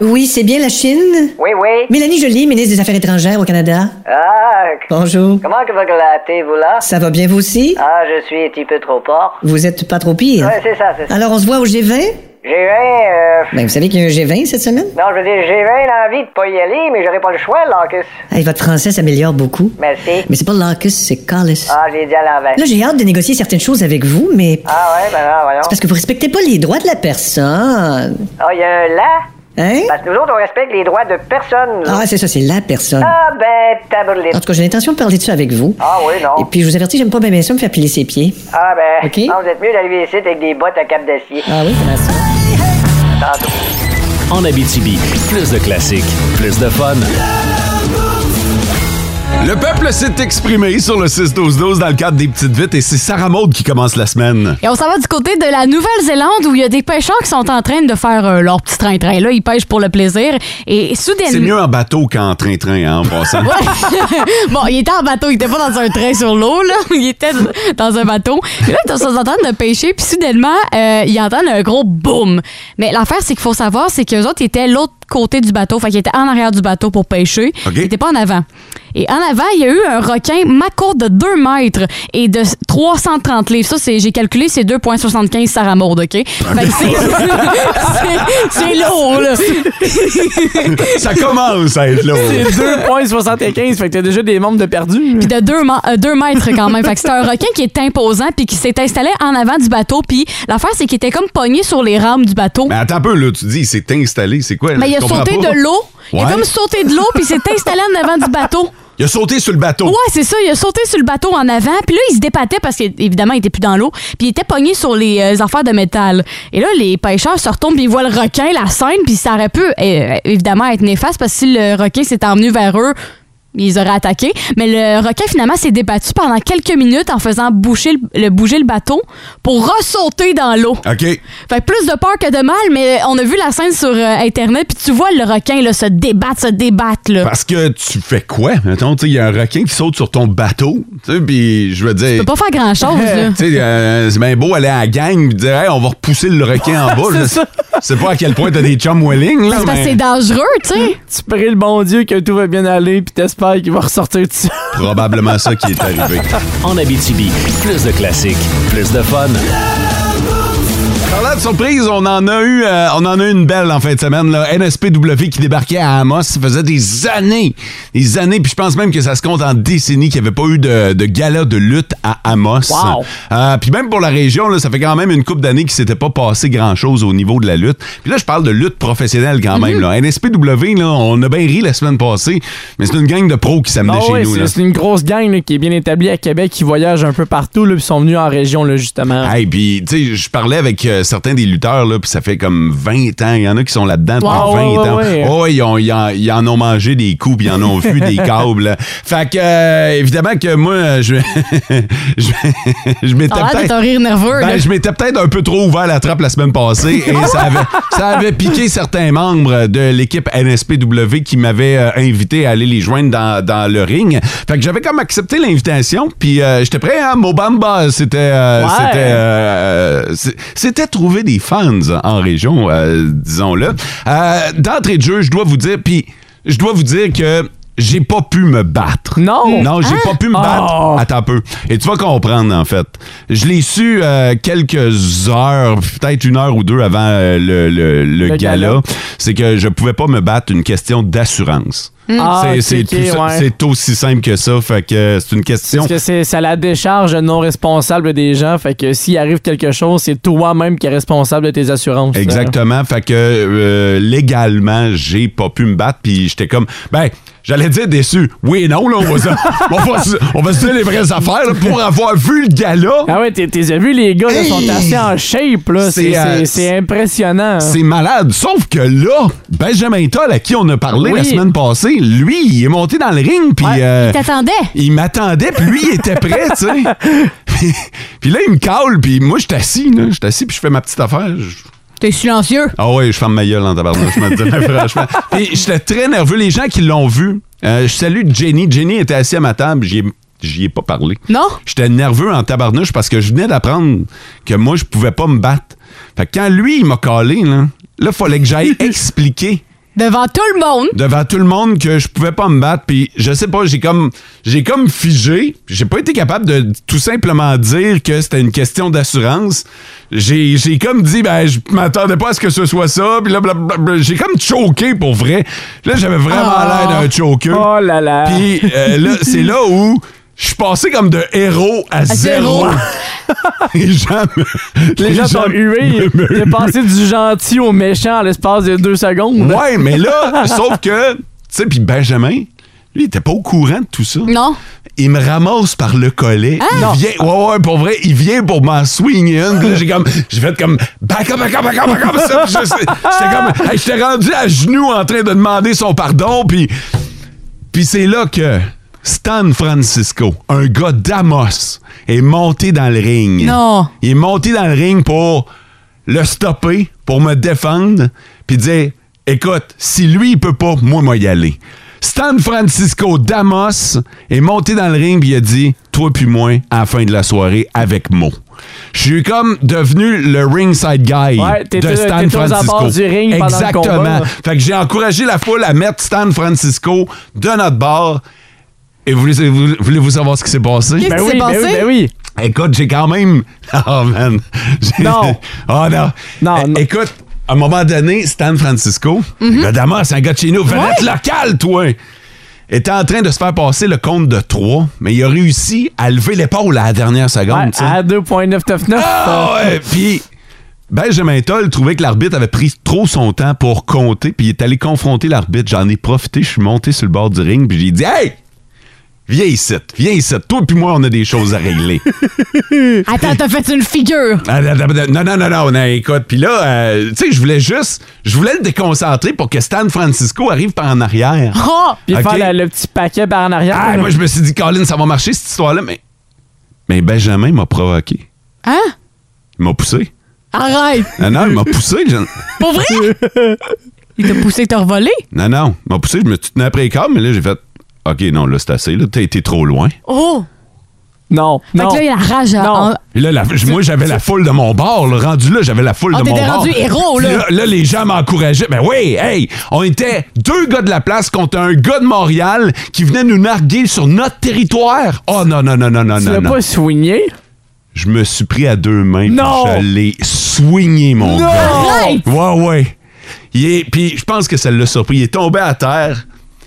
Oui, c'est bien la Chine? Oui, oui. Mélanie Joly, ministre des Affaires étrangères au Canada.
Ah,
Bonjour.
comment que vous glattez, vous là?
Ça va bien, vous aussi?
Ah, je suis un petit peu trop fort.
Vous êtes pas trop pire?
Ouais, c'est ça, c'est ça.
Alors, on se voit au G20?
J'ai un. euh,
Ben, vous savez qu'il y a un G20 cette semaine?
Non, je veux dire, j'ai bien envie de pas y aller, mais j'aurais pas le choix, Lacus.
Hey, votre français s'améliore beaucoup.
Merci.
Mais c'est pas Lacus, c'est Callis.
Ah, j'ai dit à l'envers.
Là, j'ai hâte de négocier certaines choses avec vous, mais
Ah, ouais, ben là, voyons.
c'est parce que vous respectez pas les droits de la personne.
Ah, il y a un là?
Hein?
Parce que nous autres, on respecte les droits de personne, nous
Ah,
autres.
c'est ça, c'est la personne.
Ah, ben, tabourlé.
En tout cas, j'ai l'intention de parler de ça avec vous.
Ah, oui, non.
Et puis, je vous avertis, j'aime pas bien, bien ça me faire piler ses pieds.
Ah, ben.
Ok.
Non, vous êtes mieux d'arriver ici avec des bottes à cap d'acier.
Ah, oui, comment ça?
En Abitibi, plus de classiques, plus de fun.
Le peuple s'est exprimé sur le 6-12-12 dans le cadre des petites vites et c'est Sarah Maud qui commence la semaine.
Et on s'en va du côté de la Nouvelle-Zélande où il y a des pêcheurs qui sont en train de faire euh, leur petit train-train. Là, ils pêchent pour le plaisir. Et soudainement.
C'est mieux en bateau qu'en train-train, hein, en
*laughs*
passant.
Ouais. bon, il était en bateau, il était pas dans un train sur l'eau, là. *laughs* Il était dans un bateau. Et là, ils sont en train de pêcher, puis soudainement, euh, ils entendent un gros boom. Mais l'affaire, c'est qu'il faut savoir, c'est qu'eux autres ils étaient l'autre côté du bateau, fait qu'ils étaient en arrière du bateau pour pêcher.
OK.
Ils étaient pas en avant. Et en avant, il y a eu un requin maco de 2 mètres et de 330 livres. Ça, c'est, j'ai calculé, c'est 2,75 Sarah Maud, OK? Fait que c'est, c'est- c'est lourd, là.
*laughs* ça commence à être lourd.
C'est 2,75, fait que t'as déjà des membres de perdus.
Hmm.
Puis de 2 mètres quand même. Fait que c'était un requin qui est imposant puis qui s'est installé en avant du bateau. Puis l'affaire, c'est qu'il était comme pogné sur les rames du bateau.
Mais attends un peu, là, tu dis, il s'est installé, c'est quoi? là,
Mais il
je
a
comprends
sauté
pas.
de l'eau. Il a
Ouais.
comme sauté de l'eau puis il s'est installé en avant du bateau.
Il a sauté sur le bateau.
Ouais, c'est ça. Il a sauté sur le bateau en avant. Puis là, il se dépatait parce qu'évidemment, il était plus dans l'eau. Puis il était pogné sur les euh, affaires de métal. Et là, les pêcheurs se retournent puis ils voient le requin, la scène. Puis ça aurait pu, euh, évidemment, être néfaste parce que si le requin s'était emmené vers eux, ils auraient attaqué. Mais le requin, finalement, s'est débattu pendant quelques minutes en faisant boucher le, le- bouger le bateau pour ressauter dans l'eau.
OK.
Fait que plus de peur que de mal, mais on a vu la scène sur euh, Internet. Puis tu vois le requin là, se débattre, se débattre. Là.
Parce que tu fais quoi? Mettons, tu sais, il y a un requin qui saute sur ton bateau, tu sais, puis je veux dire... Tu
peux pas faire grand-chose, là.
Tu sais, euh, c'est bien beau aller à la gang puis dire, hey, on va repousser le requin
*laughs*
en bas.
C'est
Je
ça.
sais pas à quel point t'as des chums welling, là,
C'est parce que
mais
c'est dangereux, tu sais.
*laughs* Tu pries le bon Dieu que tout va bien aller, puis t'espères qu'il va ressortir de ça.
probablement ça qui est arrivé.
En Abitibi, plus de classiques, plus de fun.
Parlant de surprise, on en a eu, euh, on en a eu une belle en fin de semaine. Là. NSPW qui débarquait à Amos, ça faisait des années, des années, puis je pense même que ça se compte en décennies qu'il n'y avait pas eu de, de gala de lutte à Amos.
Wow.
Euh, puis même pour la région, là, ça fait quand même une coupe d'années qu'il s'était pas passé grand-chose au niveau de la lutte. Puis là, je parle de lutte professionnelle quand
Mm-hmm.
même. là. NSPW, là, on a bien ri la semaine passée, mais c'est une gang de pros qui s'amenait
Ah
chez
ouais,
nous.
c'est-
là.
c'est une grosse gang là, qui est bien établie à Québec, qui voyage un peu partout, là, puis sont venus en région, là, justement.
Hey, puis, tu sais, je parlais avec euh, certains des lutteurs, là, puis ça fait comme 20 ans. Il y en a qui sont là-dedans depuis
Wow,
20
ouais,
ans.
ouais, ouais.
Oh, ils, ont- ils en, ils en ont mangé des coups, puis ils en
*laughs*
ont vu des câbles. Fait que, euh, évidemment que moi, euh, je, *laughs* je, je m'étais
Ah, T'as l'air
peut-être-
d'être un rire nerveux,
ben,
là.
je m'étais peut-être un peu trop ouvert la trappe la semaine passée et ça avait, ça avait piqué certains membres de l'équipe NSPW qui m'avaient euh, invité à aller les joindre dans, dans le ring. Fait que j'avais comme accepté l'invitation, puis euh, j'étais prêt à Mobamba. C'était euh,
Ouais.
c'était, euh, c'est- c'était trouver des fans en région, euh, disons-le. Euh, D'entrée de jeu, je dois vous dire, puis je dois vous dire que j'ai pas pu me battre.
Non.
Non, j'ai pas pu me battre.
Oh.
Attends un peu. Et tu vas comprendre, en fait. Je l'ai su euh, quelques heures, peut-être une heure ou deux avant euh, le, le- le
Le
gala.
gala.
C'est que je pouvais pas me battre une question d'assurance.
Ah,
C'est-
ok,
c'est
ok,
tout ça-
ouais.
c'est aussi simple que ça. Fait que euh, c'est une question.
Parce que c'est ça la décharge non responsable des gens. Fait que s'il arrive quelque chose, c'est toi-même qui es responsable de tes assurances.
Exactement. Fait que euh, légalement, j'ai pas pu me battre. Puis j'étais comme, ben, j'allais dire déçu. Oui et non, là, on va, se- *laughs* on va se- on va se dire les vraies affaires là, pour avoir vu le gala.
Ah ouais, t'es t'es vu les gars, là,
Hey!
sont assez en shape, là.
C'est,
C'est-
euh,
C'est c'est impressionnant.
C'est malade. Sauf que là, Benjamin Toll, à qui on a parlé
Oui.
la semaine passée, lui, il est monté dans le ring. Puis.
Il
euh,
t'attendait.
il m'attendait, puis lui, il était prêt, tu sais. Puis- Puis là, il me cale, puis moi, je suis assis, là. Je suis assis, puis je fais ma petite affaire. Je-
T'es silencieux.
Ah ouais, je ferme ma gueule en tabarnouche, je me dis, *laughs* mais franchement. Et j'étais très nerveux. Les gens qui l'ont vu, euh, je salue Jenny. Jenny était assise à ma table, j'y ai, j'y ai pas parlé.
Non?
J'étais nerveux en tabarnouche parce que je venais d'apprendre que moi, je pouvais pas me battre. Fait que quand lui, il m'a calé, là, là, fallait que j'aille expliquer
Devant tout le monde.
devant tout le monde que je pouvais pas me battre puis je sais pas j'ai comme j'ai comme figé j'ai pas été capable de tout simplement dire que c'était une question d'assurance j'ai j'ai comme dit ben je m'attendais pas à ce que ce soit ça puis là blablabla. j'ai comme choqué pour vrai là j'avais vraiment
Ah.
l'air d'un choqueux
Oh là là.
puis euh, là c'est là où je suis passé comme de héros à, zéro.
zéro. *laughs*
les gens, me-
Les gens sont
*laughs*
hués.
me-
T'es passé du gentil au méchant en l'espace de deux secondes.
Ouais, mais là,
*laughs*
sauf que, tu sais, puis Benjamin, lui, il était pas au courant de tout ça.
Non.
Il me ramasse par le collet.
Ah!
Il vient, ouais, ouais, pour vrai, il vient pour m'en swinguer une. Puis là, j'ai comme, j'ai fait comme, back up, back up, back up, back up, ça. Puis je- J'étais comme, hey, j'étais rendu à genoux en train de demander son pardon. Puis, puis c'est là que Stan Francisco, un gars d'Amos, est monté dans le ring.
Non.
Il est monté dans le ring pour le stopper, pour me défendre, puis dire écoute, si lui, il peut pas, moi, moi, y aller. Stan Francisco Damos est monté dans le ring puis il a dit Toi puis moi, à la fin de la soirée, avec Mo. Je suis comme devenu le ringside guy
Ouais, t'étais-
de Stan
t'étais aux
Francisco.
abords du ring pendant le
Exactement.
combat.
Fait que j'ai encouragé la foule à mettre Stan Francisco de notre bord. Et voulez- vous- voulez-vous savoir ce qui s'est passé?
Qu'est-ce Ben qui oui, s'est ben passé? oui, ben oui.
Écoute, j'ai quand même. *laughs* Oh man. J'ai-
Non.
*laughs* Oh non. É- Écoute, à un moment donné, Stan Francisco,
Mhm.
le Damas, c'est un gars de chez nous, vedette locale, toi, était en train de se faire passer le compte de 3, mais il a réussi à lever l'épaule à la dernière seconde.
Ouais,
tu sais.
à 2.999.
Ah ouais, puis Benjamin Toll trouvait que l'arbitre avait pris trop son temps pour compter, puis il est allé confronter l'arbitre. J'en ai profité, je suis monté sur le bord du ring, puis j'ai dit Hey! Viens ici, viens ici. Toi puis moi, on a des choses à
*laughs*
régler. *laughs*
Attends, t'as fait une figure.
Ah, da, da, da, Non, non, non, non, non, écoute. Puis là, euh, tu sais, je voulais juste, je voulais le déconcentrer pour que Stan Francisco arrive par en
*laughs*
arrière.
Oh! Puis
Ok.
faire le, le petit paquet par en arrière.
Ah,
là.
moi, je me suis dit, Colin, ça va marcher cette histoire-là, mais. Mais Benjamin m'a provoqué.
Hein?
Il m'a poussé.
Arrête.
Non, non, il m'a poussé. je-
Pour vrai? Il t'a poussé, t'a revolé?
Non, non, il m'a poussé. Je me tenais après les câbles, mais là, j'ai fait, OK, non, là, c'est assez. Là, t'as été trop loin.
Oh!
Non.
Fait que là, il a la rage à- en-
Et là, la- moi, j'avais la foule de mon bord. là. rendu là, j'avais la foule
Ah,
de mon
t'étais
bord.
rendu héros, là.
Puis Là, les gens m'encourageaient. Ben oui, hey, on était deux gars de la place contre un gars de Montréal qui venait nous narguer sur notre territoire. Oh non, non, non, non, non,
Tu
non.
l'as
non.
pas soigné?
Je me suis pris à deux mains. puis
Non.
Je l'ai swingé, mon
Non.
gars.
Arrête.
Ouais, ouais. Il est- puis je pense que ça l'a surpris. Il est tombé à terre.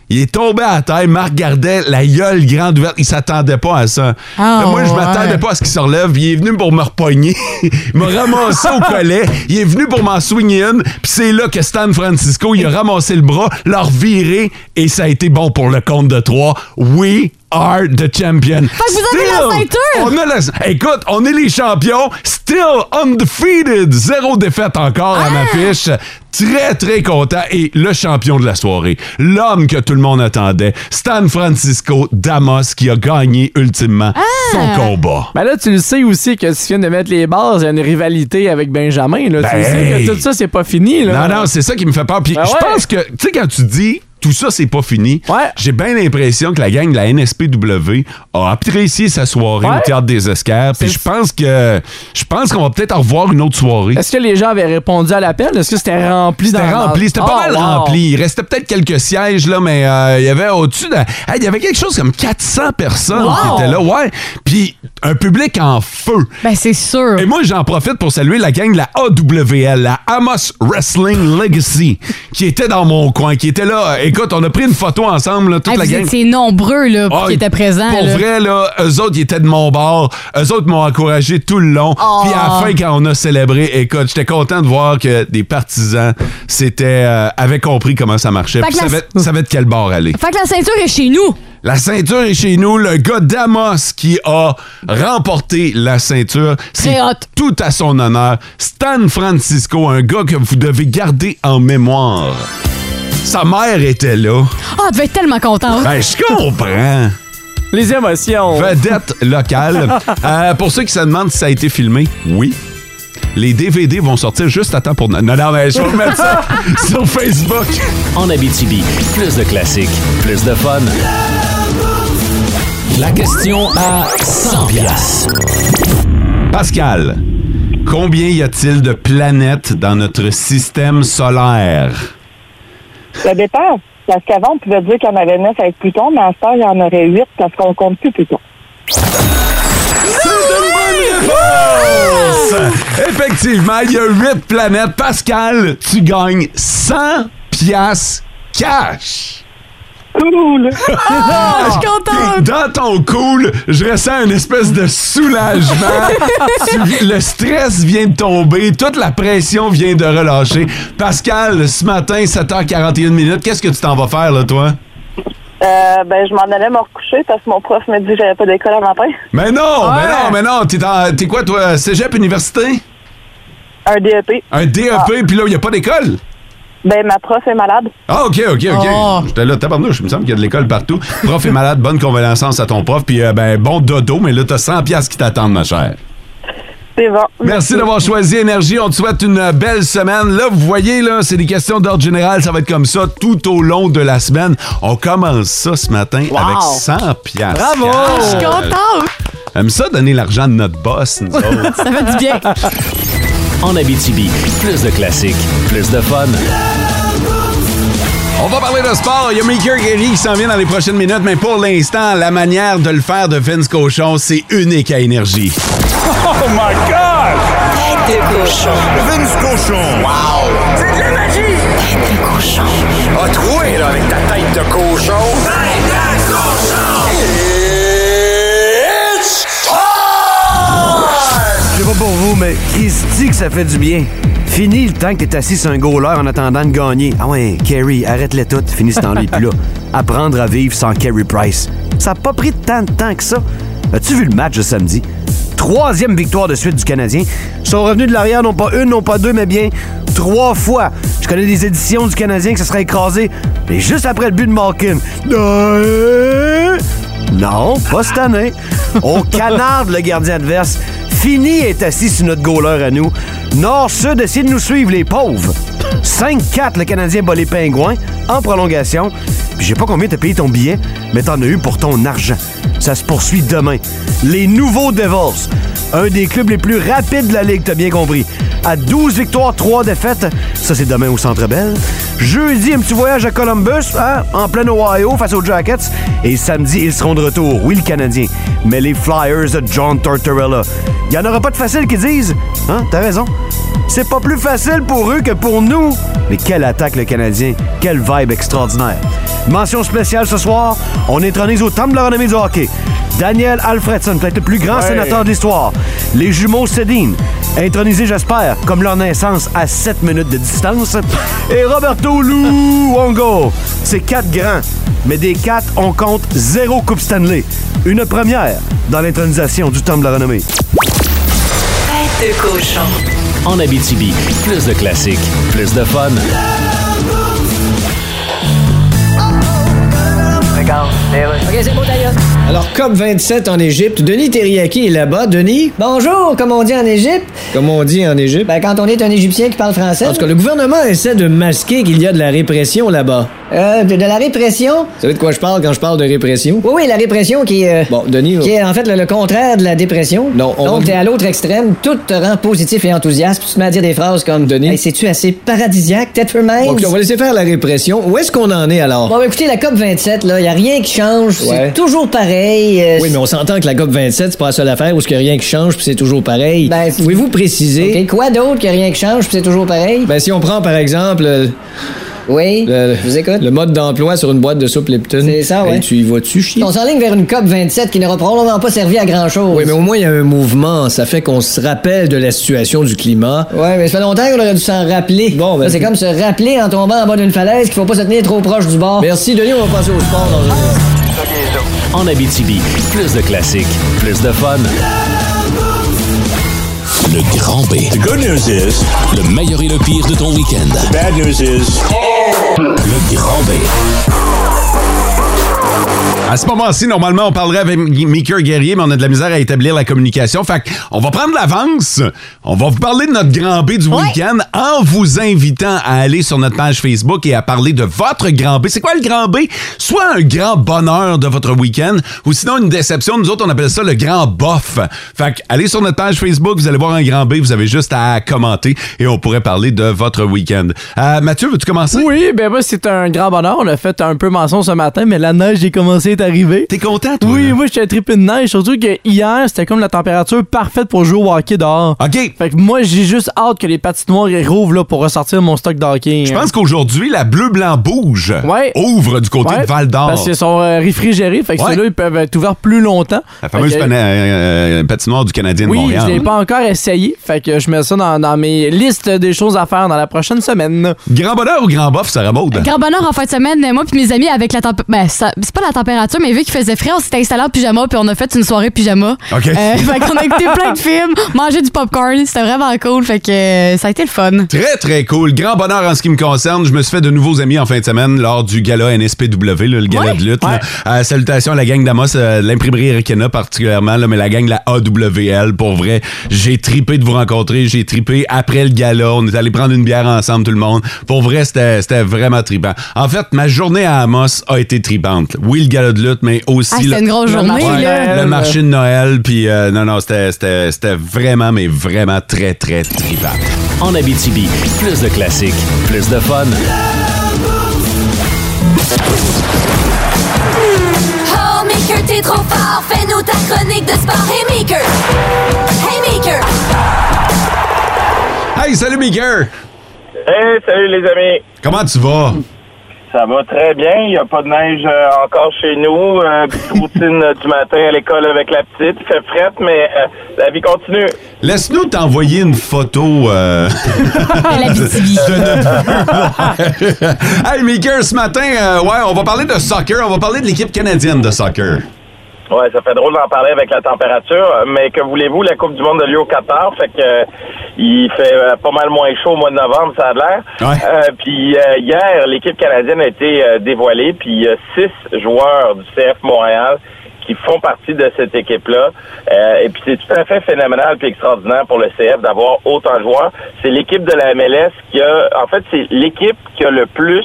Il est tombé à terre, il me regardait la gueule grande ouverte. Il s'attendait pas à ça.
Ah,
Là, Ben, moi, je
ouais.
m'attendais pas à ce qu'il se relève. Il est venu pour me repogner. *laughs* il m'a ramassé au collet. Il est venu pour m'en swinguer une. Puis c'est là que Stan Francisco, il a ramassé le bras, l'a reviré. Et ça a été bon pour le compte de trois. We are the champion.
que vous avez la ceinture!
On a la- Écoute, on est les champions. Still undefeated. Zéro défaite encore à ma fiche. Très, très content. Et le champion de la soirée, l'homme que tout le monde attendait, Stan Francisco Damos, qui a gagné ultimement son combat.
Ben là, tu le sais aussi que si tu viens de mettre les bases, il y a une rivalité avec Benjamin. Là. tu
Ben,
le sais
hey.
que tout ça, c'est pas fini. Là.
Non, non, c'est ça qui me fait peur. Puis
Ben
je
ouais.
pense que, tu sais, quand tu dis tout ça, c'est pas fini, j'ai bien l'impression que la gang de la NSPW a apprécié sa soirée
Ouais.
au Théâtre des Escapes. Puis je pense que, je pense qu'on va peut-être en revoir une autre soirée.
Est-ce que les gens avaient répondu à l'appel? Est-ce que c'était rempli dans
C'était
la-
rempli, c'était
Ah,
pas
Oh,
mal
wow.
rempli. Il restait peut-être quelques sièges, là, mais euh, il y avait au-dessus de. Hey, Il y avait quelque chose comme 400 personnes
Wow!
qui étaient là, ouais. Puis un public en feu.
Ben, c'est sûr.
Et moi, j'en profite pour saluer la gang de la *laughs* AWL, la Amos Wrestling Legacy, qui était dans mon coin, qui était là. euh, Écoute, on a pris une photo ensemble, là, toute
Ah,
la
vous
gang.
étiez nombreux là,
Ah,
qui étaient présents.
Pour
là.
vrai, là, eux autres, ils étaient de mon bord. Eux autres m'ont encouragé tout le long.
Oh.
Puis à la fin, quand on a célébré, écoute, j'étais content de voir que des partisans c'était, euh, avaient compris comment ça marchait.
Fait
Puis
que la-
savaient, savaient de quel bord aller.
Fait que la ceinture est chez nous.
La ceinture est chez nous. Le gars d'Amos qui a remporté la ceinture. C'est tout à son honneur. Stan Francisco, un gars que vous devez garder en mémoire. Sa mère était là.
Ah, tu devais être tellement content.
Ben, je comprends.
Les émotions.
Vedette
*laughs*
locale. Euh, pour ceux qui se demandent si ça a été filmé, oui. Les DVD vont sortir juste à temps pour... Non, non, mais je vais mettre *laughs*
*laughs*
ça sur Facebook.
En Abitibi, plus de classiques, plus de fun. La question à 100 piastres.
Pascal, combien y a-t-il de planètes dans notre système solaire?
Ça dépend. Parce qu'avant, on pouvait dire qu'il y en avait neuf avec Pluton, mais à ce temps, il y en aurait huit parce qu'on compte plus Pluton.
Réponse! Effectivement, il y a huit planètes. Pascal, tu gagnes 100 piastres cash. *laughs*
Cool!
Ah, je suis
contente! Dans ton cool, je ressens une espèce de soulagement. Tu- le stress vient de tomber, toute la pression vient de relâcher. Pascal, ce matin, 7h41 minutes, qu'est-ce que tu t'en vas faire, là, toi?
Euh, ben, je m'en allais me recoucher parce que mon prof me dit que j'avais pas d'école le matin.
Mais non, mais non, mais non, t'es, en- t'es quoi, toi, cégep, université?
Un DEP.
Un DEP, puis là, il n'y a pas d'école?
Ben, ma prof est malade.
Ah, OK, OK, OK.
Oh.
J'étais là, tabarnouche, il me semble qu'il y a de l'école partout. Prof est malade, bonne convalescence à ton prof, puis euh, ben, bon dodo, mais là, t'as 100 piastres qui t'attendent, ma chère.
C'est bon.
Merci d'avoir choisi Énergie. On te souhaite une euh, belle semaine. Là, vous voyez, là, c'est des questions d'ordre général. Ça va être comme ça tout au long de la semaine. On commence ça ce matin
Wow.
avec 100 piastres.
Bravo! Ah, je suis
contente! J'aime ça donner l'argent de notre boss,
*laughs*
nous autres.
Ça fait du bien.
En Abitibi, plus de classiques, plus de fun.
On va parler de sport. Il y a Maker Gary qui s'en vient dans les prochaines minutes, mais pour l'instant, la manière de le faire de Vince Cochon, c'est unique à Énergie.
Oh my God! Tête de cochon. Vince cochon. Wow! C'est de la magie! Tête de cochon. A troué, là, avec ta tête de cochon. Tête de cochon! It's
Je sais pas pour vous, mais Christy que ça fait du bien. Fini le temps que t'es assis sur un goaler en attendant de gagner. Ah ouais, Kerry, arrête-les toutes, finis ce temps-là, puis là. Apprendre à vivre sans Kerry Price. Ça a pas pris tant de temps que ça. As-tu vu le match de samedi? Troisième victoire de suite du Canadien. Ils sont revenus de l'arrière, non pas une, non pas deux, mais bien trois fois. Je connais des éditions du Canadien que ça serait écrasé. Mais juste après le but de Malkin. Non, pas cette année. On canarde le gardien adverse. Fini est assis sur notre goaler à nous. Nord-Sud essaie de nous suivre, les pauvres. 5-4, le Canadien bat les pingouins en prolongation. Puis j'ai pas combien t'as payé ton billet, mais t'en as eu pour ton argent. Ça se poursuit demain. Les nouveaux Devils, un des clubs les plus rapides de la Ligue, t'as bien compris. À 12 victoires, 3 défaites, ça c'est demain au Centre Bell. Jeudi, un petit voyage à Columbus, hein, en plein Ohio, face aux Jackets. Et samedi, ils seront de retour, oui, le Canadien, mais les Flyers de John Tortorella. Il n'y en aura pas de facile qui disent. Hein, t'as raison. C'est pas plus facile pour eux que pour nous. Mais quelle attaque, le Canadien. Quelle vibe extraordinaire. Mention spéciale ce soir, on intronise au temple de la renommée du hockey. Daniel Alfredson, peut-être le plus grand
Ouais.
sénateur de l'histoire. Les jumeaux Sedin, intronisés, j'espère, comme leur naissance à 7 minutes de distance. *laughs* Et Roberto Luongo. C'est quatre grands, mais des quatre, on compte zéro Coupe Stanley. Une première dans l'intronisation du temple de la renommée.
Tête de cochon.
En Abitibi, plus de classiques, plus de fun.
Alors, COP27 en Égypte, Denis Terriaki est là-bas. Denis,
Bonjour, comme on dit en Égypte.
comme on dit en Égypte.
Ben, quand on est un Égyptien qui parle français.
En tout cas, le gouvernement essaie de masquer qu'il y a de la répression là-bas.
Euh, de, de la répression.
Vous savez de quoi je parle quand je parle de répression?
Oui, oui, la répression qui est. euh,
Bon, Denis,
Qui est en fait le, le contraire de la dépression.
Non, on
Donc,
va-
t'es à l'autre extrême, tout te rend positif et enthousiaste, puis tu te mets à dire des phrases comme Denis. Hey, c'est-tu assez paradisiaque, Tethermind?
OK, on va laisser faire la répression. Où est-ce qu'on en est alors?
Bon, ben, écoutez, la COP27, là, y a rien qui change,
Ah. Ouais.
c'est toujours pareil. euh,
Oui, mais on s'entend que la COP27, c'est pas la seule affaire où il n'y a rien qui change puis c'est toujours pareil.
Ben,
Pouvez-vous préciser?
OK, quoi d'autre que rien qui change, puis c'est toujours pareil?
Ben, si on prend par exemple euh,
Oui.
je vous écoute. Le mode d'emploi sur une boîte de soupe Lipton. C'est
ça, ouais.
tu y vas-tu chier?
On s'enligne vers une COP 27 qui n'aura probablement pas servi à grand-chose.
Oui, mais au moins, il y a un mouvement. Ça fait qu'on se rappelle de la situation du climat.
Ouais, mais ça fait longtemps qu'on aurait dû s'en rappeler. Bon,
ben-
C'est comme se rappeler en tombant en bas d'une falaise qu'il faut pas se tenir trop proche du bord.
Merci, Denis. On va passer au sport dans un
En Abitibi, plus de classiques, plus de fun. Le grand B. The good news is. Le meilleur et le pire de ton week-end. bad news is. Le grand B.
À ce moment-ci, normalement, on parlerait avec Maker Guerrier, mais on a de la misère à établir la communication. Fait on va prendre l'avance. On va vous parler de notre grand B du week-end en vous invitant à aller sur notre page Facebook et à parler de votre grand B. C'est quoi le grand B? Soit un grand bonheur de votre week-end ou sinon une déception. Nous autres, on appelle ça le grand bof. Fait que, allez sur notre page Facebook, vous allez voir un grand B, vous avez juste à commenter et on pourrait parler de votre week-end. Euh, Mathieu, veux-tu commencer?
Oui, ben moi, c'est un grand bonheur. On a fait un peu mention ce matin, mais la neige j'ai commencé à être arrivée.
T'es content,
toi? Oui, moi, j'étais trippé de neige. Surtout que hier, c'était comme la température parfaite pour jouer au hockey dehors.
OK.
Fait que moi, j'ai juste hâte que les patinoires ils rouvrent là, pour ressortir mon stock hein. de hockey.
Je pense qu'aujourd'hui, la bleu-blanc-bouge *laughs* ouvre du côté
Ouais,
de Val d'Or.
Parce qu'ils sont euh, réfrigérés, fait que
Ouais.
ceux-là, ils peuvent être ouverts plus longtemps.
La fameuse
Fait que-
pana- euh, euh, patinoire du Canadien de
oui,
Montréal. hein.
je l'ai pas encore essayé. Fait que je mets ça dans, dans mes listes des choses à faire dans la prochaine semaine.
Grand bonheur ou grand bof, Sarah Maud?
Grand bonheur en fin de semaine, moi puis mes amis avec la température. Ben, ça- c'est pas la température, mais vu qu'il faisait frais, on s'est installé en pyjama puis on a fait une soirée pyjama.
OK.
Euh, fait qu'on a écouté
*laughs*
plein de films, mangé du popcorn, c'était vraiment cool, fait que euh, ça a été le fun.
Très, très cool. Grand bonheur en ce qui me concerne. Je me suis fait de nouveaux amis en fin de semaine lors du gala NSPW, là, le gala de lutte. là. Euh, salutations à la gang d'Amos, euh, de l'imprimerie Rekena particulièrement, là, mais la gang de la AWL, pour vrai. J'ai tripé de vous rencontrer. J'ai tripé après le gala. On est allé prendre une bière ensemble, tout le monde. Pour vrai, c'était c'était vraiment tripant. En fait, ma journée à Amos a été tripante. Oui, le gala de lutte, mais aussi...
Ah, c'était
le-
une grosse
le
journée,
marché-
là.
Le marché de Noël. Puis euh, non, non, c'était- c'était c'était vraiment, mais vraiment très, très tripant.
En Abitibi, plus de classiques, plus de fun.
Oh, Maker, t'es trop fort. Fais-nous ta chronique de sport. Hey, Maker. Hey, Maker.
Hey, salut Maker!
Hey, salut les amis.
Comment tu vas?
Ça va très bien. Il n'y a pas de neige euh, encore chez nous. Euh, petite routine *laughs* euh, du matin à l'école avec la petite. Il fait frette, mais euh, la vie continue.
Laisse-nous t'envoyer une photo euh, *laughs* de notre Hey Maker, ce matin, euh, ouais, on va parler de soccer, on va parler de l'équipe canadienne de soccer.
Ouais, ça fait drôle d'en parler avec la température, mais que voulez-vous, la Coupe du Monde de lieu au Qatar, fait que euh, il fait euh, pas mal moins chaud au mois de novembre, ça a l'air. Euh, puis euh, hier, l'équipe canadienne a été euh, dévoilée, puis il y a six joueurs du CF Montréal qui font partie de cette équipe-là. Euh, et puis c'est tout à fait phénoménal puis extraordinaire pour le CF d'avoir autant de joueurs. C'est l'équipe de la MLS qui a, en fait, c'est l'équipe qui a le plus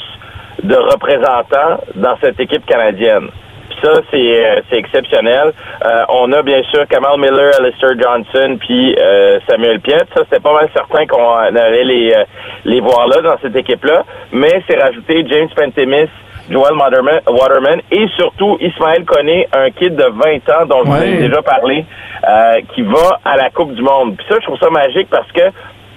de représentants dans cette équipe canadienne. Puis ça, c'est euh, c'est exceptionnel. Euh, on a bien sûr Kamal Miller, Alistair Johnson, puis euh, Samuel Piet. Ça, c'était pas mal certain qu'on allait les, euh, les voir là dans cette équipe-là. Mais c'est rajouté James Pentemis, Joel Waterman, Waterman et surtout Ismaël Koné, un kid de 20 ans dont je vous ai déjà parlé, euh, qui va à la Coupe du Monde. Puis ça, je trouve ça magique parce que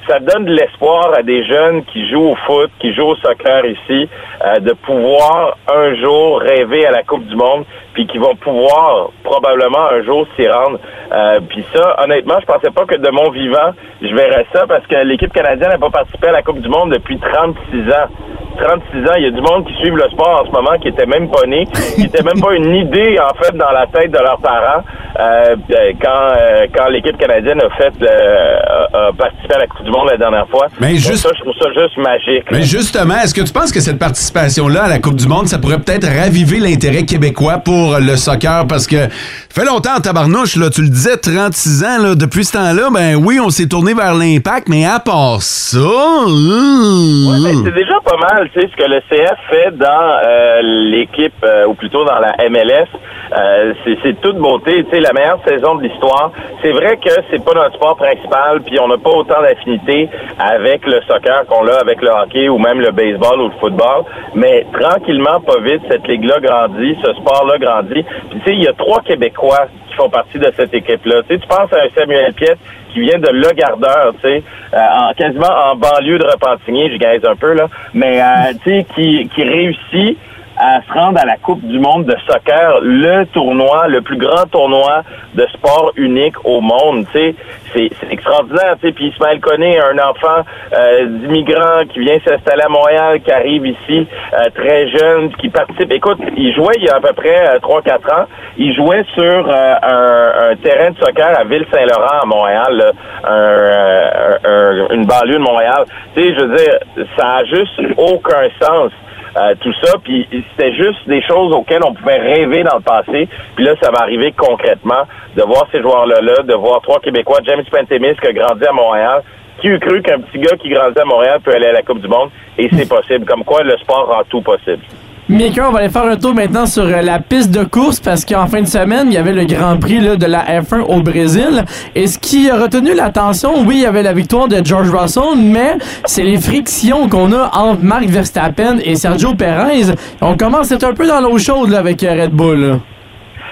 ça donne de l'espoir à des jeunes qui jouent au foot, qui jouent au soccer ici, euh, de pouvoir un jour rêver à la Coupe du Monde, puis qui vont pouvoir probablement un jour s'y rendre. Euh, puis ça, honnêtement, je pensais pas que de mon vivant, je verrais ça parce que l'équipe canadienne n'a pas participé à la Coupe du Monde depuis 36 ans. 36 ans, il y a du monde qui suivent le sport en ce moment qui était même pas né, qui était même pas une idée en fait dans la tête de leurs parents euh, euh, quand euh, quand l'équipe canadienne a fait euh, a, a participé à la Coupe du Monde la dernière fois.
Mais
Donc
juste-
ça, je trouve ça juste magique.
Mais justement, est-ce que tu penses que cette participation-là à la Coupe du Monde, ça pourrait peut-être raviver l'intérêt québécois pour le soccer? Parce que fait longtemps, tabarnouche, là, tu le disais, 36 ans, là, depuis ce temps-là, ben oui, on s'est tourné vers l'impact, mais à part ça... hum,
Ben, c'est déjà pas mal, tu sais, ce que le CF fait dans euh, l'équipe, euh, ou plutôt dans la MLS. Euh, c'est- c'est toute beauté, tu sais, la meilleure saison de l'histoire. C'est vrai que c'est pas notre sport principal, puis on n'a pas autant d'affinité avec le soccer qu'on l'a avec le hockey ou même le baseball ou le football. Mais tranquillement, pas vite, cette ligue-là grandit, ce sport-là grandit. Puis tu sais, il y a trois Québécois qui font partie de cette équipe-là. Tu sais, tu penses à un Samuel Piet qui vient de Le Gardeur, tu sais, euh, en- quasiment en banlieue de Repentigny, je gaise un peu, là, mais euh, tu sais, qui, qui réussit à se rendre à la Coupe du monde de soccer, le tournoi, le plus grand tournoi de sport unique au monde. Tu sais, c'est c'est extraordinaire. Tu sais, puis Ismaël Koné, un enfant euh, d'immigrant qui vient s'installer à Montréal, qui arrive ici euh, très jeune, qui participe. Écoute, il jouait il y a à peu près euh, 3-4 ans. Il jouait sur euh, un, un terrain de soccer à Ville-Saint-Laurent à Montréal, là, un, euh, un- un- une banlieue de Montréal. Tu sais, je veux dire, ça a juste aucun sens. Euh, tout ça, puis c'était juste des choses auxquelles on pouvait rêver dans le passé. Puis là, ça va arriver concrètement de voir ces joueurs-là, là, de voir trois Québécois, James Pentemis qui a grandi à Montréal. Qui eût cru qu'un petit gars qui grandit à Montréal peut aller à la Coupe du Monde? Et c'est possible. Comme quoi, le sport rend tout possible.
Mika, on va aller faire un tour maintenant sur euh, la piste de course parce qu'en fin de semaine, il y avait le Grand Prix là, de la F1 au Brésil. Et ce qui a retenu l'attention, oui, il y avait la victoire de George Russell, mais c'est les frictions qu'on a entre Marc Verstappen et Sergio Perez. On commence à être un peu dans l'eau chaude là, avec euh, Red Bull. là.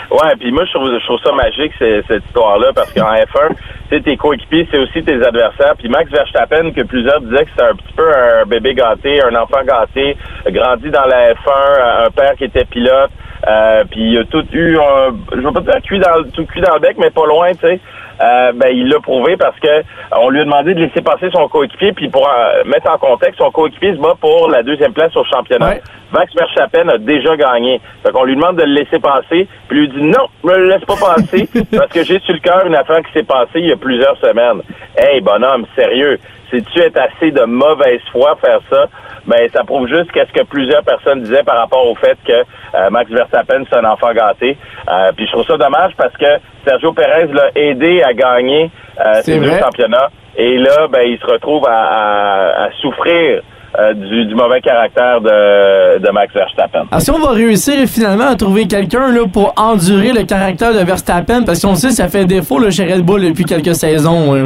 Ouais, puis moi, je trouve, je trouve ça magique, c'est- cette histoire-là, parce qu'en F1, tu sais, tes coéquipiers, c'est aussi tes adversaires. Puis Max Verstappen, que plusieurs disaient que c'est un petit peu un bébé gâté, un enfant gâté, grandi dans la F1, un père qui était pilote, euh, puis il a tout eu, un- je veux pas dire cuit dans, le- tout cuit dans le bec, mais pas loin, tu sais. Euh, ben, il l'a prouvé parce que euh, on lui a demandé de laisser passer son coéquipier, puis pour euh, mettre en contexte, son coéquipier se bat pour la deuxième place au championnat. Max Verstappen a déjà gagné. Fait qu'on lui demande de le laisser passer, puis lui dit non, je le laisse pas passer parce que j'ai sur le cœur une affaire qui s'est passée il y a plusieurs semaines. Hey, bonhomme, sérieux, si tu es assez de mauvaise foi pour faire ça, ben ça prouve juste qu'est-ce que plusieurs personnes disaient par rapport au fait que euh, Max Verstappen c'est un enfant gâté. Euh, puis je trouve ça dommage parce que Sergio Perez l'a aidé à gagner euh,
C'est
ces deux
vrai.
championnats et là ben il se retrouve à, à- à souffrir euh, du, du mauvais caractère de, de Max Verstappen.
Alors, Ah, si on va réussir finalement à trouver quelqu'un là, pour endurer le caractère de Verstappen, parce qu'on sait que ça fait défaut là, chez Red Bull depuis quelques saisons. là.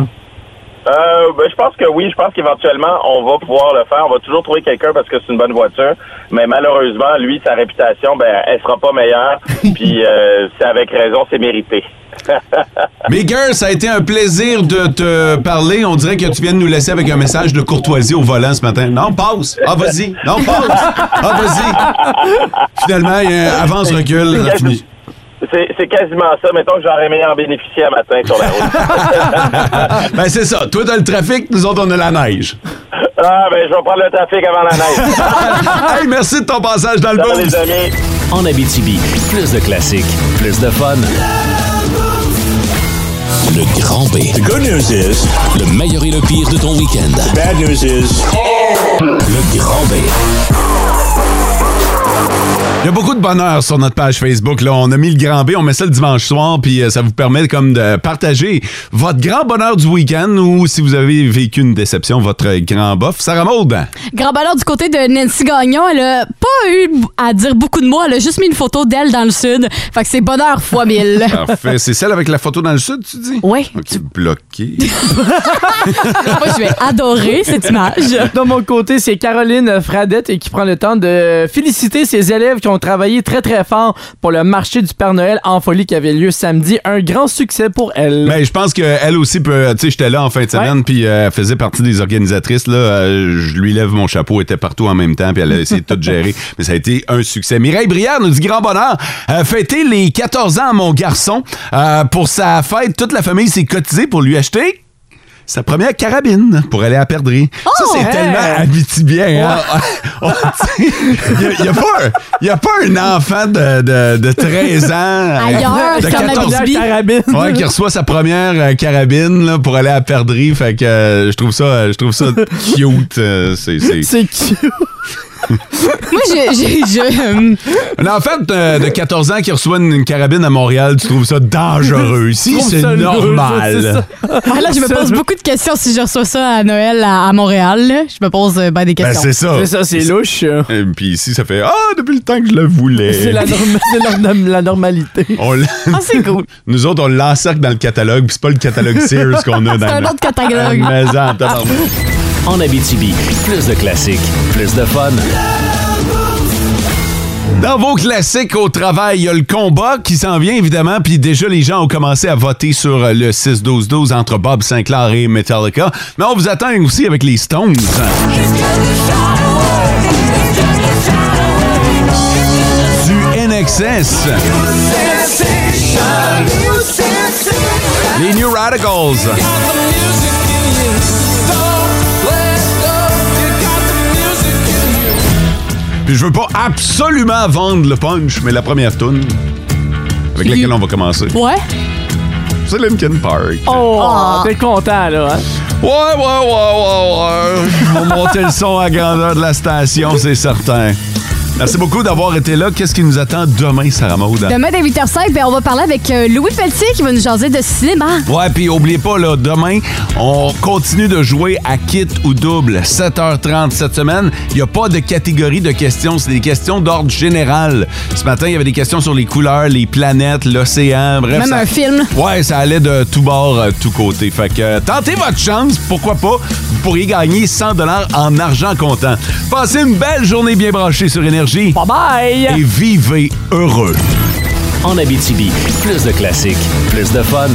Euh, ben, je pense que oui. Je pense qu'éventuellement, on va pouvoir le faire. On va toujours trouver quelqu'un parce que c'est une bonne voiture. Mais malheureusement, lui, sa réputation, ben, elle sera pas
*laughs*
meilleure. Puis, euh, c'est avec raison, c'est mérité.
Ah, Maker, ça a été un plaisir de te parler. On dirait que tu viens de nous laisser avec un message de courtoisie au volant ce matin. Non, passe. Ah, vas-y. Non, passe. Ah, vas-y. Finalement, il y a un avance, recul.
C'est
on a
*laughs*
fini.
quasi- C'est c'est quasiment ça. Mettons que j'aurais aimé en bénéficier un matin sur la
*laughs*
route.
Ben, c'est ça. Toi, t'as le trafic, nous autres, on a la neige.
ah, ben, je vais prendre le trafic avant la neige.
*laughs* hey, merci de ton passage dans le
bon. les amis.
En Abitibi, plus de classiques, plus de fun. Le grand B. The good news is... Le meilleur et le pire de ton week-end. bad news is... Le grand B.
Il y a beaucoup de bonheur sur notre page Facebook. Là. On a mis le grand B, on met ça le dimanche soir, puis euh, ça vous permet comme de partager votre grand bonheur du week-end ou si vous avez vécu une déception, votre grand bof. Sarah Maud.
Grand ballon du côté de Nancy Gagnon, elle a pas eu à dire beaucoup de moi, elle a juste mis une photo d'elle dans le sud. Fait que c'est bonheur fois mille.
Parfait. C'est celle avec la photo dans le sud, tu dis?
Oui.
OK, bloqué.
*laughs* Moi, je vais adorer cette image.
De mon côté, c'est Caroline Fradette et qui prend le temps de féliciter ses élèves qui ont travaillé très très fort pour le marché du Père Noël en folie qui avait lieu samedi. Un grand succès pour elle.
Mais Ben, je pense qu'elle aussi peut. Tu sais, j'étais là en fin de semaine, puis euh, elle faisait partie des organisatrices. Là, Euh, je lui lève mon chapeau, elle était partout en même temps, puis elle a essayé de tout
*laughs*
gérer. Mais ça a été un succès. Mireille Brière nous dit grand bonheur. Euh, fêter les 14 ans à mon garçon. Euh, pour sa fête, toute la famille s'est cotisée pour lui acheter. Sa première carabine pour aller à Perdrix. ça, c'est
Oh!
tellement
Hey!
habitibien. Hein? *laughs* Il n'y a, pas un- y a pas un enfant de, de, de 13 ans euh,
Ailleurs,
de
comme
14
Abitibi. Carabine.
Ouais, qui reçoit sa première euh, carabine là, pour aller à Perdrix. Fait que euh, je trouve ça, euh, je trouve ça cute. euh, c'est, c'est-
C'est cute.
Moi, je. je, je-
Un enfant de, de 14 ans qui reçoit une, une carabine à Montréal, tu trouves ça dangereux.
Je
Ici,
trouve
c'est
ça lourd,
normal. Ben,
c'est ça. Ah, là, je me pose beaucoup de questions si je reçois ça à Noël à, à Montréal. là. Je me pose euh, ben des
Ben,
questions.
c'est ça.
louche.
Et Puis ici, ça fait Ah, depuis le temps que je le voulais.
*laughs* C'est la, norm- c'est la norm- la normalité.
On l'-
c'est cool.
*laughs* Nous autres, on l'encercle dans le catalogue, puis c'est pas le catalogue Sears qu'on a
*laughs*
dans
C'est un
le-
autre catalogue.
Mais en tabarnak.
En Abitibi, plus de classiques, plus de fun.
Dans vos classiques au travail, il y a le combat qui s'en vient, évidemment. Puis déjà, les gens ont commencé à voter sur euh, le 6-12-12 entre Bob Sinclair et Metallica. Mais on vous attend aussi avec les Stones. Du NXS. Les New Radicals. Puis je veux pas absolument vendre le punch, mais la première tune avec laquelle on va commencer.
Ouais.
C'est Linkin Park.
Oh,
Ah.
t'es content, là. Hein?
Ouais, ouais, ouais, ouais, ouais. On va monter le son à la grandeur de la station, c'est certain. Merci beaucoup d'avoir été là. Qu'est-ce qui nous attend demain, Sarah Maud?
Demain, dès 8h05, ben, on va parler avec euh, Louis Pelletier qui va nous jaser de cinéma.
Ouais, puis oubliez pas, là, demain, on continue de jouer à kit ou double, 7h30 cette semaine. Il n'y a pas de catégorie de questions, c'est des questions d'ordre général. Ce matin, il y avait des questions sur les couleurs, les planètes, l'océan, bref.
Même
ça-
un film.
Ouais, ça allait de tout bord, euh, tout côté. Fait que euh, tentez votre chance, pourquoi pas, vous pourriez gagner 100 en argent comptant. Passez une belle journée bien branchée sur Énergie.
Bye-bye!
Et vivez heureux.
En Abitibi, plus de classiques, plus de fun.